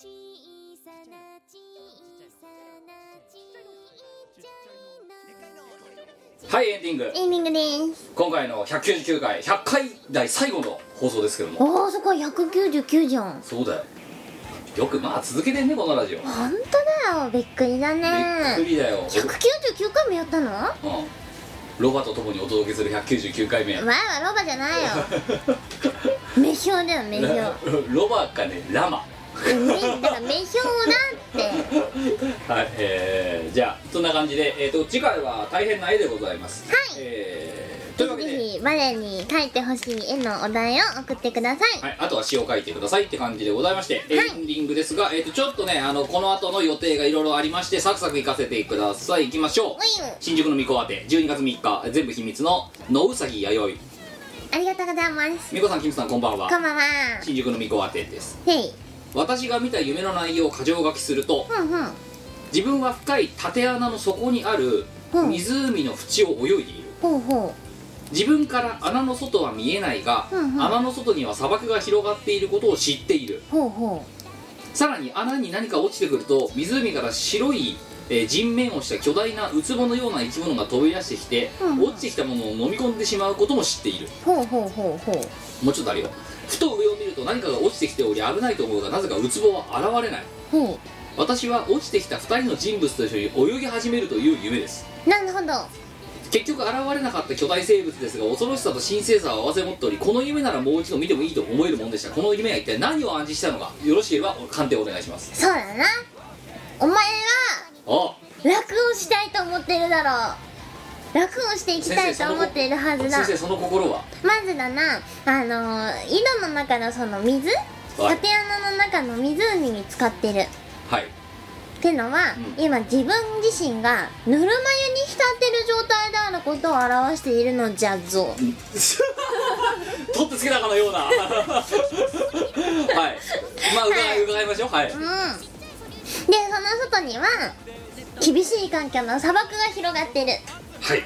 Speaker 8: 小さな小さなちっちゃいの
Speaker 1: はいエンディング
Speaker 2: エンディングです
Speaker 1: 今回の199回100回台最後の放送ですけども
Speaker 2: おーそこ199じゃん
Speaker 1: そうだよよくまあ続けてんねこのラジオび
Speaker 2: ほんとだよびっくりだ
Speaker 1: っく
Speaker 2: ね
Speaker 1: りだよ、
Speaker 2: 199回もやったの
Speaker 1: うん、ロバと共にお届けする199回目
Speaker 2: 前はロバじゃない よ名標だよ名標
Speaker 1: ラ ロバかねラマ
Speaker 2: めだから名標だって
Speaker 1: はいえー、じゃあそんな感じで、えー、と次回は大変な絵でございます
Speaker 2: はい
Speaker 1: えー、と
Speaker 2: ぜ
Speaker 1: いうわけ
Speaker 2: ひ
Speaker 1: で、
Speaker 2: ぜひ我に書いてほしい絵のお題を送ってください、
Speaker 1: はい、あとは詩を書いてくださいって感じでございまして、
Speaker 2: はい
Speaker 1: エンディングですが、えー、とちょっとねあのこの後の予定がいろいろありましてサクサク行かせてください行きましょう
Speaker 2: ウィン
Speaker 1: 新宿の巫女宛て12月3日全部秘密の野うさぎ弥生
Speaker 2: ありがとうございます
Speaker 1: 美子さんキムさんこんばんは
Speaker 2: こんばんは
Speaker 1: 新宿の巫女宛てです
Speaker 2: へい
Speaker 1: 私が見た夢の内容を過剰書きすると
Speaker 2: うんうん
Speaker 1: 自分は深い縦穴の底にある
Speaker 2: うん
Speaker 1: 湖の縁を泳いでいる
Speaker 2: ほうほ
Speaker 1: 自分から穴の外は見えないが、
Speaker 2: うんうん
Speaker 1: 穴の外には砂漠が広がっていることを知っている
Speaker 2: うほうほ
Speaker 1: さらに穴に何か落ちてくると湖から白い、えー人面をした巨大なウツボのような生き物が飛び出してきて、
Speaker 2: うん
Speaker 1: 落ちてきたものを飲み込んでしまうことも知っている
Speaker 2: うほうほうほうほう
Speaker 1: もうちょっとあるよふと上を見ると何かが落ちてきており危ないと思うがなぜかウツボは現れない
Speaker 2: ほ
Speaker 1: 私は落ちてきた2人の人物と一緒に泳ぎ始めるという夢です
Speaker 2: うなるほど
Speaker 1: 結局現れなかった巨大生物ですが恐ろしさと神聖さを併せ持っておりこの夢ならもう一度見てもいいと思えるものでしたこの夢は一体何を暗示したのかよろしければ鑑定お願いします
Speaker 2: そうだなお前は
Speaker 1: あ
Speaker 2: 楽をしたいと思ってるだろう楽をしていきたいと思っているはずだ
Speaker 1: 先生その心は
Speaker 2: まずだなあのー井戸の中のその水
Speaker 1: はい
Speaker 2: 縦穴の中の湖に使ってる
Speaker 1: はい
Speaker 2: ってのは、
Speaker 1: うん
Speaker 2: 今自分自身がぬるま湯に浸ってる状態であることを表しているのじゃぞ
Speaker 1: 取ってつけたかのようなはいまあ伺い伺いましょうはい
Speaker 2: うんでその外には厳しい環境の砂漠が広がってる
Speaker 1: はい
Speaker 2: はい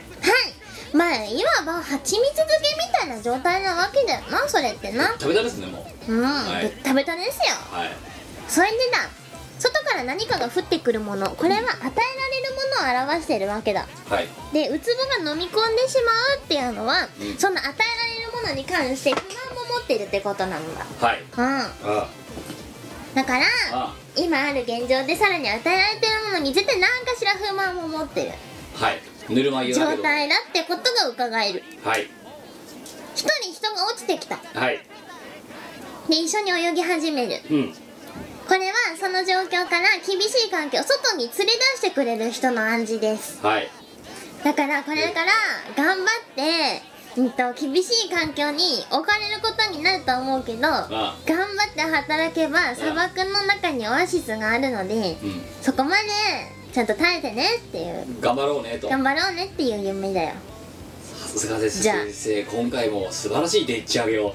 Speaker 2: まあいわば蜂蜜漬けみたいな状態なわけだよなそれってな
Speaker 1: 食べたですねもう
Speaker 2: うん、
Speaker 1: い
Speaker 2: ぶ食べたですよ
Speaker 1: はい
Speaker 2: それでだ外から何かが降ってくるものこれは与えられるものを表してるわけだ
Speaker 1: はい
Speaker 2: でウツボが飲み込んでしまうっていうのは、
Speaker 1: うん
Speaker 2: その与えられるものに関して不満も持ってるってことなんだ
Speaker 1: はい
Speaker 2: うん
Speaker 1: あ
Speaker 2: だから
Speaker 1: あ
Speaker 2: 今ある現状でさらに与えられてるものに絶対何かしら不満も持ってる
Speaker 1: はいぬるま湯だけ
Speaker 2: 状
Speaker 1: ど
Speaker 2: 態だってことが伺える
Speaker 1: はい
Speaker 2: 一人人が落ちてきた
Speaker 1: はい
Speaker 2: で一緒に泳ぎ始める
Speaker 1: うん
Speaker 2: これはその状況から厳しい環境を外に連れ出してくれる人の暗示です
Speaker 1: はい
Speaker 2: だからこれから頑張って、うん、と厳しい環境に置かれることになると思うけど頑張
Speaker 1: あ
Speaker 2: って働けば砂漠の中にオアシスがあるので
Speaker 1: うん
Speaker 2: そこまでちゃんと耐えてねっていう
Speaker 1: 頑張ろうねと
Speaker 2: 頑張ろうねっていう夢だよ
Speaker 1: さすがです
Speaker 2: じゃあ
Speaker 1: 先生今回も素晴らしいでっち上げを よ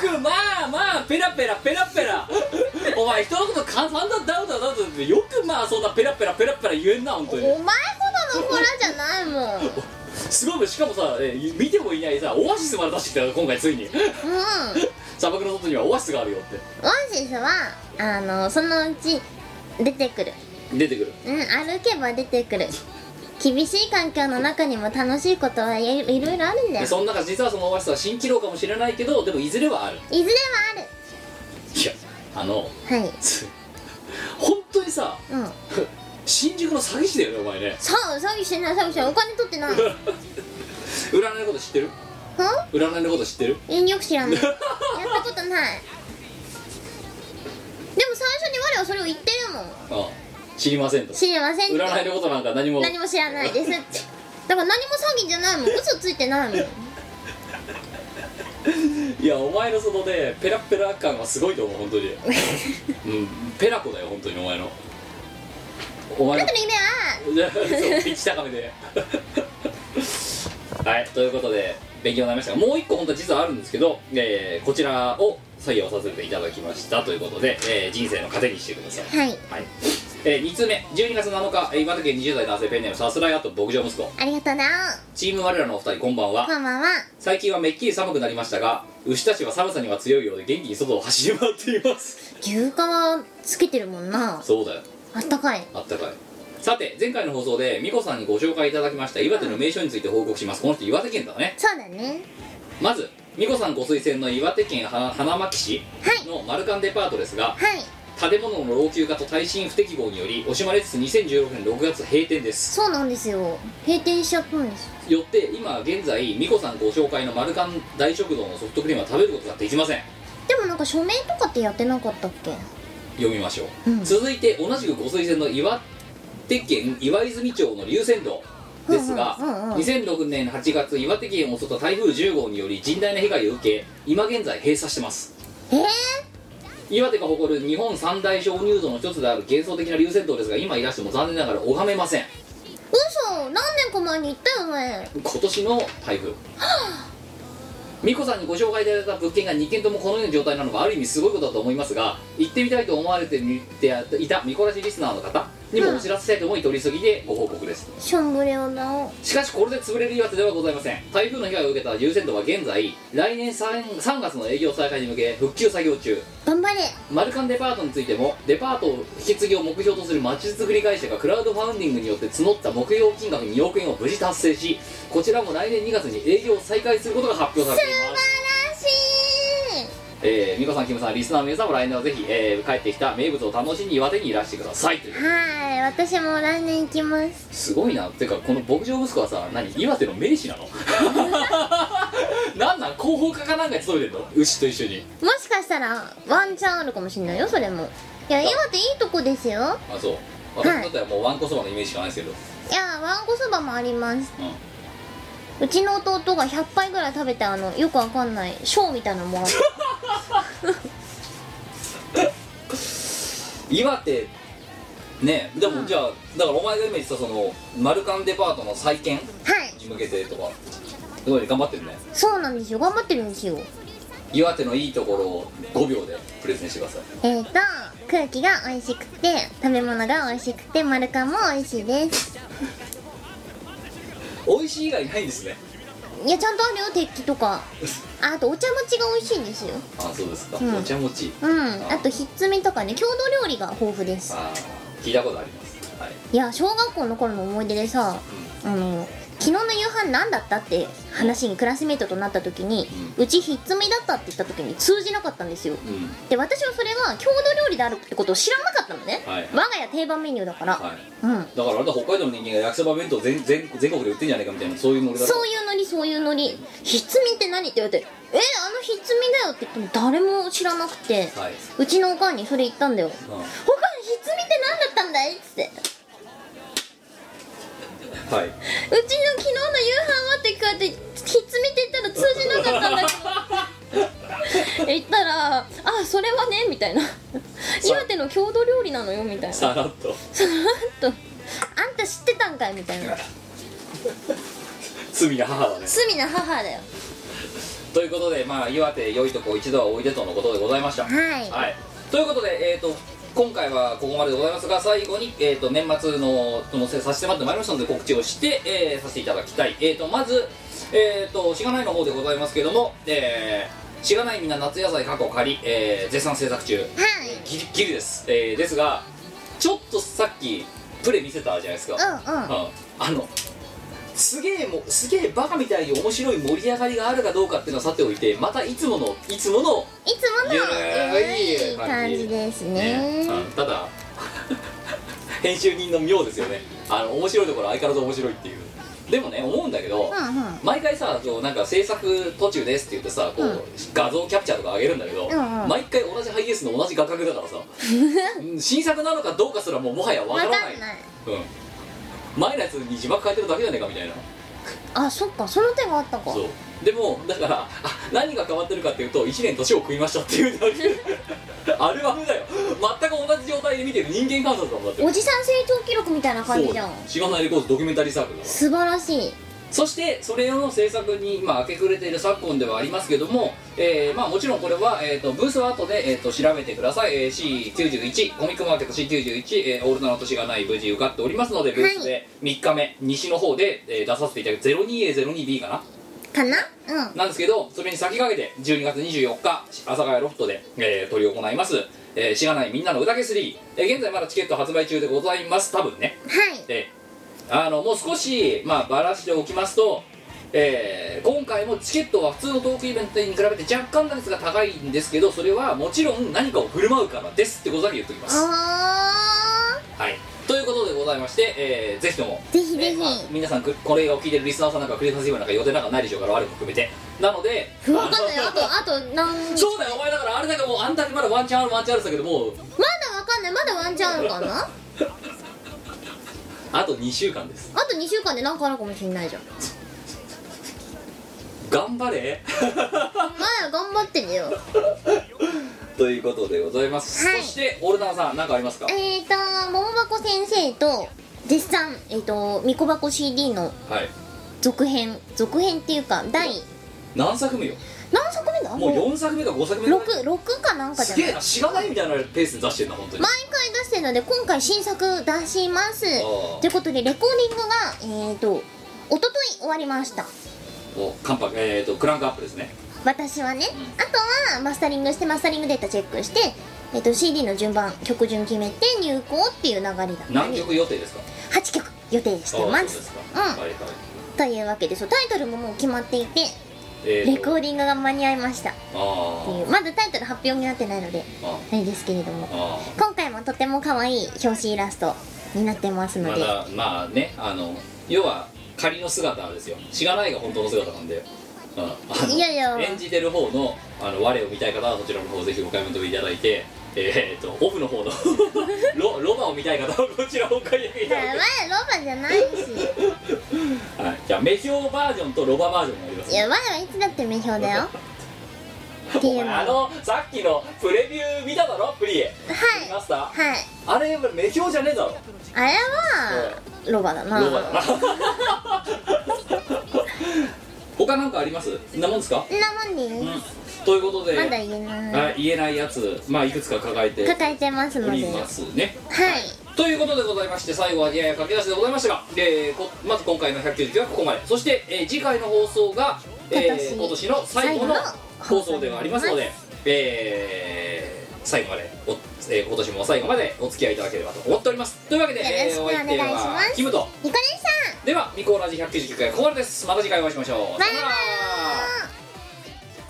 Speaker 1: くまあまあペラペラペラペラお前人のこと簡単だダウダウダウダウってよくまあそんなペラペラペラペラ言えんな本当
Speaker 2: お
Speaker 1: に
Speaker 2: 前ほどの子らじゃないもんうん
Speaker 1: すごいしかもさ、えー見てもいないさオアシスまで出してきたから今回ついに砂漠の外にはオアシスがあるよっ
Speaker 2: オアシスはあのそのうち出てく
Speaker 1: て
Speaker 2: る
Speaker 1: 出てくる
Speaker 2: うん歩けば出てくる厳しい環境の中にも楽しいことはいいろいろあるんだ
Speaker 1: で
Speaker 2: よ
Speaker 1: その中実はそのオアシスは蜃気楼かもしれないけどでもいずれはある
Speaker 2: いずれは
Speaker 1: やあの
Speaker 2: あるはい
Speaker 1: つ本当にさ
Speaker 2: うん
Speaker 1: 新宿の詐欺師だよねお前ね
Speaker 2: そう詐欺してない詐欺してないお金取って ないん
Speaker 1: 占いのこと知ってる占いのこと知ってる
Speaker 2: えよく知らないやったことないでも最初に我はそれを言ってるもん
Speaker 1: ああ知りませんと
Speaker 2: 知りませんっ
Speaker 1: 占い
Speaker 2: て
Speaker 1: のことなんか何も
Speaker 2: 何も知らないですってだから何も詐欺じゃないもん嘘ついてないもん
Speaker 1: いやお前のそのねペラペラ感はすごいと思う本当にうんペラ子だよ本当にお前のお前
Speaker 2: だ
Speaker 1: の
Speaker 2: から夢 は
Speaker 1: そうピッチ高めではいということで勉強になりましたがもう一個本当は実はあるんですけど、えーこちらを採用させていただきましたということで、えー人生の糧にしてください
Speaker 2: はい
Speaker 1: はい、え2通目12月7日えー岩手県20代男性ペンネームさすらいあと牧場息子
Speaker 2: ありがとうな
Speaker 1: チーム我らのお二人こんばんは
Speaker 2: こんばんは
Speaker 1: 最近はめっきり寒くなりましたが牛たちは寒さには強いようで元気に外を走り回っています
Speaker 2: 牛革つけてるもんな
Speaker 1: そうだよ
Speaker 2: あったかい
Speaker 1: あったかいさて前回の放送で美子さんにご紹介いただきました岩手の名所について報告しますこの人岩手県だね
Speaker 2: そうだね
Speaker 1: まず美子さんご推薦の岩手県花花巻市のマルカンデパートですが
Speaker 2: はい
Speaker 1: 建物の老朽化と耐震不適合により惜しまれつつ2016年6月閉店です
Speaker 2: そうなんですよ閉店しちゃったんです
Speaker 1: よって今現在美子さんご紹介のマルカン大食堂のソフトクリームは食べることができません
Speaker 2: でもなんか署名とかってやってなかったっけ
Speaker 1: 読みましょう、
Speaker 2: うん
Speaker 1: 続いて同じくご推薦の岩手県岩泉町の龍泉洞ですが、
Speaker 2: うんうんうんうん
Speaker 1: 2006年8月岩手県を襲った台風10号により甚大な被害を受け今現在閉鎖してます
Speaker 2: えー
Speaker 1: 岩手が誇る日本三大鍾乳洞の一つである幻想的な龍泉洞ですが今いらしても残念ながら拝めません
Speaker 2: 嘘何年か前に言ったよね
Speaker 1: 今年の台風美子さんにご紹介いただいた物件が2件ともこのような状態なのはある意味すごいことだと思いますが行ってみたいと思われてみていた見こらしリスナーの方にもお知らせしたいと思い取り急ぎでご報告です
Speaker 2: しょんぐれをなお
Speaker 1: しかしこれで潰れる岩手ではございません台風の被害を受けた優先度は現在来年 3, 3月の営業再開に向け復旧作業中
Speaker 2: 頑張れ
Speaker 1: マルカンデパートについてもデパートを引き継ぎを目標とする町づくり会社がクラウドファウンディングによって募った目標金額2億円を無事達成しこちらも来年2月に営業を再開することが発表されています
Speaker 2: 素晴らしい
Speaker 1: えー、美香さんキムさんリスナーの皆さんも来年はぜひ、えー帰ってきた名物を楽しみに岩手にいらしてくださいという
Speaker 2: はい私も来年行きます
Speaker 1: すごいなっていうかこの牧場息子はさ何岩手の名士なの なんなん広報課かなんかに勤めてんの牛と一緒に
Speaker 2: もしかしたらワンチャンあるかもしれないよそれもいや岩手いいとこですよ
Speaker 1: あそう私にとってはもうわんこそばのイメージしかないですけど、
Speaker 2: いやわんこそばもありますうちの弟が100杯ぐらい食べたあのよくわかんないショーみたいなのもらった
Speaker 1: うん、岩手ねでもじゃあ、だからお前がイメージしたそのマルカンデパートの再建
Speaker 2: はい
Speaker 1: に向けてとかすごい頑張ってるね
Speaker 2: そうなんですよ頑張ってるんですよ
Speaker 1: 岩手のいいところを5秒でプレゼンしてください
Speaker 2: えーと空気が美味しくて食べ物が美味しくて丸カンも美味しいです
Speaker 1: 美味しい以外ないんですね
Speaker 2: いやちゃんとあるよ鉄器とかああとお茶餅が美味しいんですよ
Speaker 1: あそうですか、
Speaker 2: うん
Speaker 1: お茶持ち
Speaker 2: うんあとひっつみとかね郷土料理が豊富です
Speaker 1: あー聞いたことありますはい
Speaker 2: いや小学校の頃の思い出でさあの昨日の夕飯何だったって話にクラスメートとなった時に、うちひっつみだったって言った時に通じなかったんですよ
Speaker 1: うん
Speaker 2: で私はそれが郷土料理であるってことを知らなかったのね、
Speaker 1: はい
Speaker 2: 我が家定番メニューだから、
Speaker 1: はい
Speaker 2: うん
Speaker 1: だからあれだ北海道の人間が焼きそば弁当全全全国で売ってんじゃないかみたいなそういうノリだ
Speaker 2: そういうノリそういうノリひっつみって何って言われて「えあのひっつみだよ」って言っても誰も知らなくて、
Speaker 1: はいう
Speaker 2: ちのおかんにそれ言ったんだ
Speaker 1: う
Speaker 2: よ「
Speaker 1: ん
Speaker 2: おかんひっつみって何だったんだい?」っつって
Speaker 1: はい
Speaker 2: 「うちの昨日の夕飯は?」って聞かれて「ひっつみって言ったら通じなかったんだけど」言ったら「あそれはね」みたいな「岩手の郷土料理なのよ」みたいな
Speaker 1: さらっと
Speaker 2: その後あんた知ってたんかいみたいな
Speaker 1: 罪な母だね
Speaker 2: 罪な母だよ
Speaker 1: ということでまあ岩手良いとこ一度はおいでとのことでございました
Speaker 2: はい
Speaker 1: はい、ということで、えー、と今回はここまででございますが最後に、えー、と年末のそのせさせてもらってまいりましたので告知をして、えーさせていただきたい、えー、とまず、えー、としがないの方でございますけども、えー、しがないみんな夏野菜過去仮、えー絶賛制作中
Speaker 2: はい
Speaker 1: ギリギリです、えーですがちょっとさっきプレ見せたじゃないですか、
Speaker 2: うんうん
Speaker 1: あのすげえもすげえバカみたいに面白い盛り上がりがあるかどうかっていうのはさておいてまたいつものいつもの
Speaker 2: いつもの
Speaker 1: ゆる
Speaker 2: ゆ
Speaker 1: い
Speaker 2: い
Speaker 1: 感
Speaker 2: 感
Speaker 1: じ
Speaker 2: じです
Speaker 1: ね
Speaker 2: ね
Speaker 1: うんただ 編集人の妙ですよねあの面白いところは相変わらず面白いっていうでもね思うんだけど、
Speaker 2: うんうん
Speaker 1: 毎回さこうなんか制作途中ですって言ってさこう、
Speaker 2: うん
Speaker 1: 画像キャプチャーとか上げるんだけど、
Speaker 2: んうん
Speaker 1: 毎回同じハイエースの同じ画角だ からさうん新作なのかどうかすらもうもはやわ
Speaker 2: わ
Speaker 1: か
Speaker 2: からん
Speaker 1: ない
Speaker 2: ない
Speaker 1: うん、前のやつに字幕変えてるだけじゃねえかみたいな
Speaker 2: あそっかその手があったか
Speaker 1: そうでもだからあ何が変わってるかっていうと1年年を食いましたっていうだけアルバムだよ全く同じ状態で見てる人間観察だもんだって
Speaker 2: おじさん成長記録みたいな感じじゃん
Speaker 1: そう違うないレコードドキュメンタリーサークルだから
Speaker 2: 素晴らしい
Speaker 1: そしてそれの制作に今明け暮れている昨今ではありますけども、えーまあ、もちろんこれは、えー、とブースは後で、えー、と調べてください、えー C91 コミックマーケット C91、えーオールドの年がない無事受かっておりますのでブースで3日目西の方で、えー出させていただく 02A02B かな
Speaker 2: かなうん
Speaker 1: なんですけどそれに先駆けて12月24日阿佐ヶ谷ロフトで、えー、取り行います「えー、しがないみんなの宴3」えー現在まだチケット発売中でございます多分ね
Speaker 2: はい
Speaker 1: であのもう少し、まあ、ばらしておきますとえー今回もチケットは普通のトークイベントに比べて若干の率が高いんですけどそれはもちろん何かを振る舞うからですってことだけ言っておきます
Speaker 2: あ
Speaker 1: はい、ということでございまして、えーぜひとも
Speaker 2: ーぜひぜ
Speaker 1: えー
Speaker 2: ひ
Speaker 1: まあ皆さんくこれを聞いてるリスナーさんなんかクリスマスイブなんか予定なんかないでしょうから我も含めてなので
Speaker 2: わかんないあとあと何日
Speaker 1: そうだよお前だからあれだけどもうあんだけまだワンチャンあるワンチャンあるんだけどもう
Speaker 2: まだわかんないまだワンチャンあるかなあ
Speaker 1: あと2週間です
Speaker 2: と2週間で何かあるかもしんないじゃん
Speaker 1: 頑張れ
Speaker 2: まだ頑張ってねよ
Speaker 1: ということでございます、
Speaker 2: はい
Speaker 1: そしてオルナーさん何かありますか
Speaker 2: えーと桃箱先生と絶賛えっ、とみこ箱 CD の
Speaker 1: はい
Speaker 2: 続編続編っていうか第
Speaker 1: 何作目よ
Speaker 2: 何作目だ
Speaker 1: もう4作目か5作目ぐらい
Speaker 2: 6かなんかじ
Speaker 1: す
Speaker 2: ゃな
Speaker 1: げ
Speaker 2: い
Speaker 1: えな知らないみたいなペースで出してんな本当に、
Speaker 2: 毎回出してるので今回新作出します
Speaker 1: あー
Speaker 2: ということでレコーディングがえーと一昨日終わりました
Speaker 1: お関白えー、とクランクアップですね
Speaker 2: 私はねあとはマスタリングしてマスタリングデータチェックして、えっと CD の順番曲順決めて入稿っていう流れだった
Speaker 1: 何
Speaker 2: り
Speaker 1: 曲予定ですか
Speaker 2: 8曲予定して
Speaker 1: あーそ
Speaker 2: ま
Speaker 1: うですすか、
Speaker 2: うん
Speaker 1: はいはい
Speaker 2: というわけでそうタイトルももう決まっていて
Speaker 1: え
Speaker 2: レ
Speaker 1: と
Speaker 2: コーディングが間に合いましたっ
Speaker 1: あ
Speaker 2: ていうまだタイトル発表になってないので
Speaker 1: ああ
Speaker 2: あれですけれども
Speaker 1: あ
Speaker 2: 今回もとても可愛い表紙イラストになってます
Speaker 1: あ
Speaker 2: の
Speaker 1: ま
Speaker 2: で、
Speaker 1: だまあねあの要は仮の姿ですよ知らないが本当の姿なんで、うんあの
Speaker 2: いやいや
Speaker 1: 演じてる方のあの我を見たい方はそちらの方をぜひお買い求めいただいてえー、とオフの方 のロロマを見たい方はこちらをお買い上げい
Speaker 2: ま
Speaker 1: た
Speaker 2: あ
Speaker 1: だい
Speaker 2: 前ロバじ ゃないし
Speaker 1: て、はい、じゃあメヒョウバージョンとロババージョンもあります
Speaker 2: いや前はいつだって名表だよっていうの
Speaker 1: あ
Speaker 2: は
Speaker 1: のさっきのプレビュー見ただろプリエ見ました
Speaker 2: いはい
Speaker 1: あれメヒョウじゃねえだろ
Speaker 2: あれはロバだな
Speaker 1: ロバ だな他なんかありますんなもんですか
Speaker 2: そんなもんです、
Speaker 1: うんということで、
Speaker 2: まだ言えない
Speaker 1: あ言えないやつ、まあ、いくつか抱えて
Speaker 2: 抱えてますの
Speaker 1: おり
Speaker 2: で
Speaker 1: ますね。
Speaker 2: はい
Speaker 1: ということでございまして最後はやや駆け出しでございましたが、えーこまず今回の199はここまでそして、えー次回の放送が、
Speaker 2: 今
Speaker 1: え
Speaker 2: 年
Speaker 1: ー今年の最後の
Speaker 2: 最後の
Speaker 1: 放送ではありますので、えー最後までお、えー今年も最後までお付き合いいただければと思っておりますというわけで、
Speaker 2: よろしくお願いします
Speaker 1: えーお相手はキムと
Speaker 2: ニコでした
Speaker 1: ではミコラジ199回ここまでですまた次回お会いしましょう
Speaker 2: バ
Speaker 1: さ
Speaker 2: イ
Speaker 1: よなら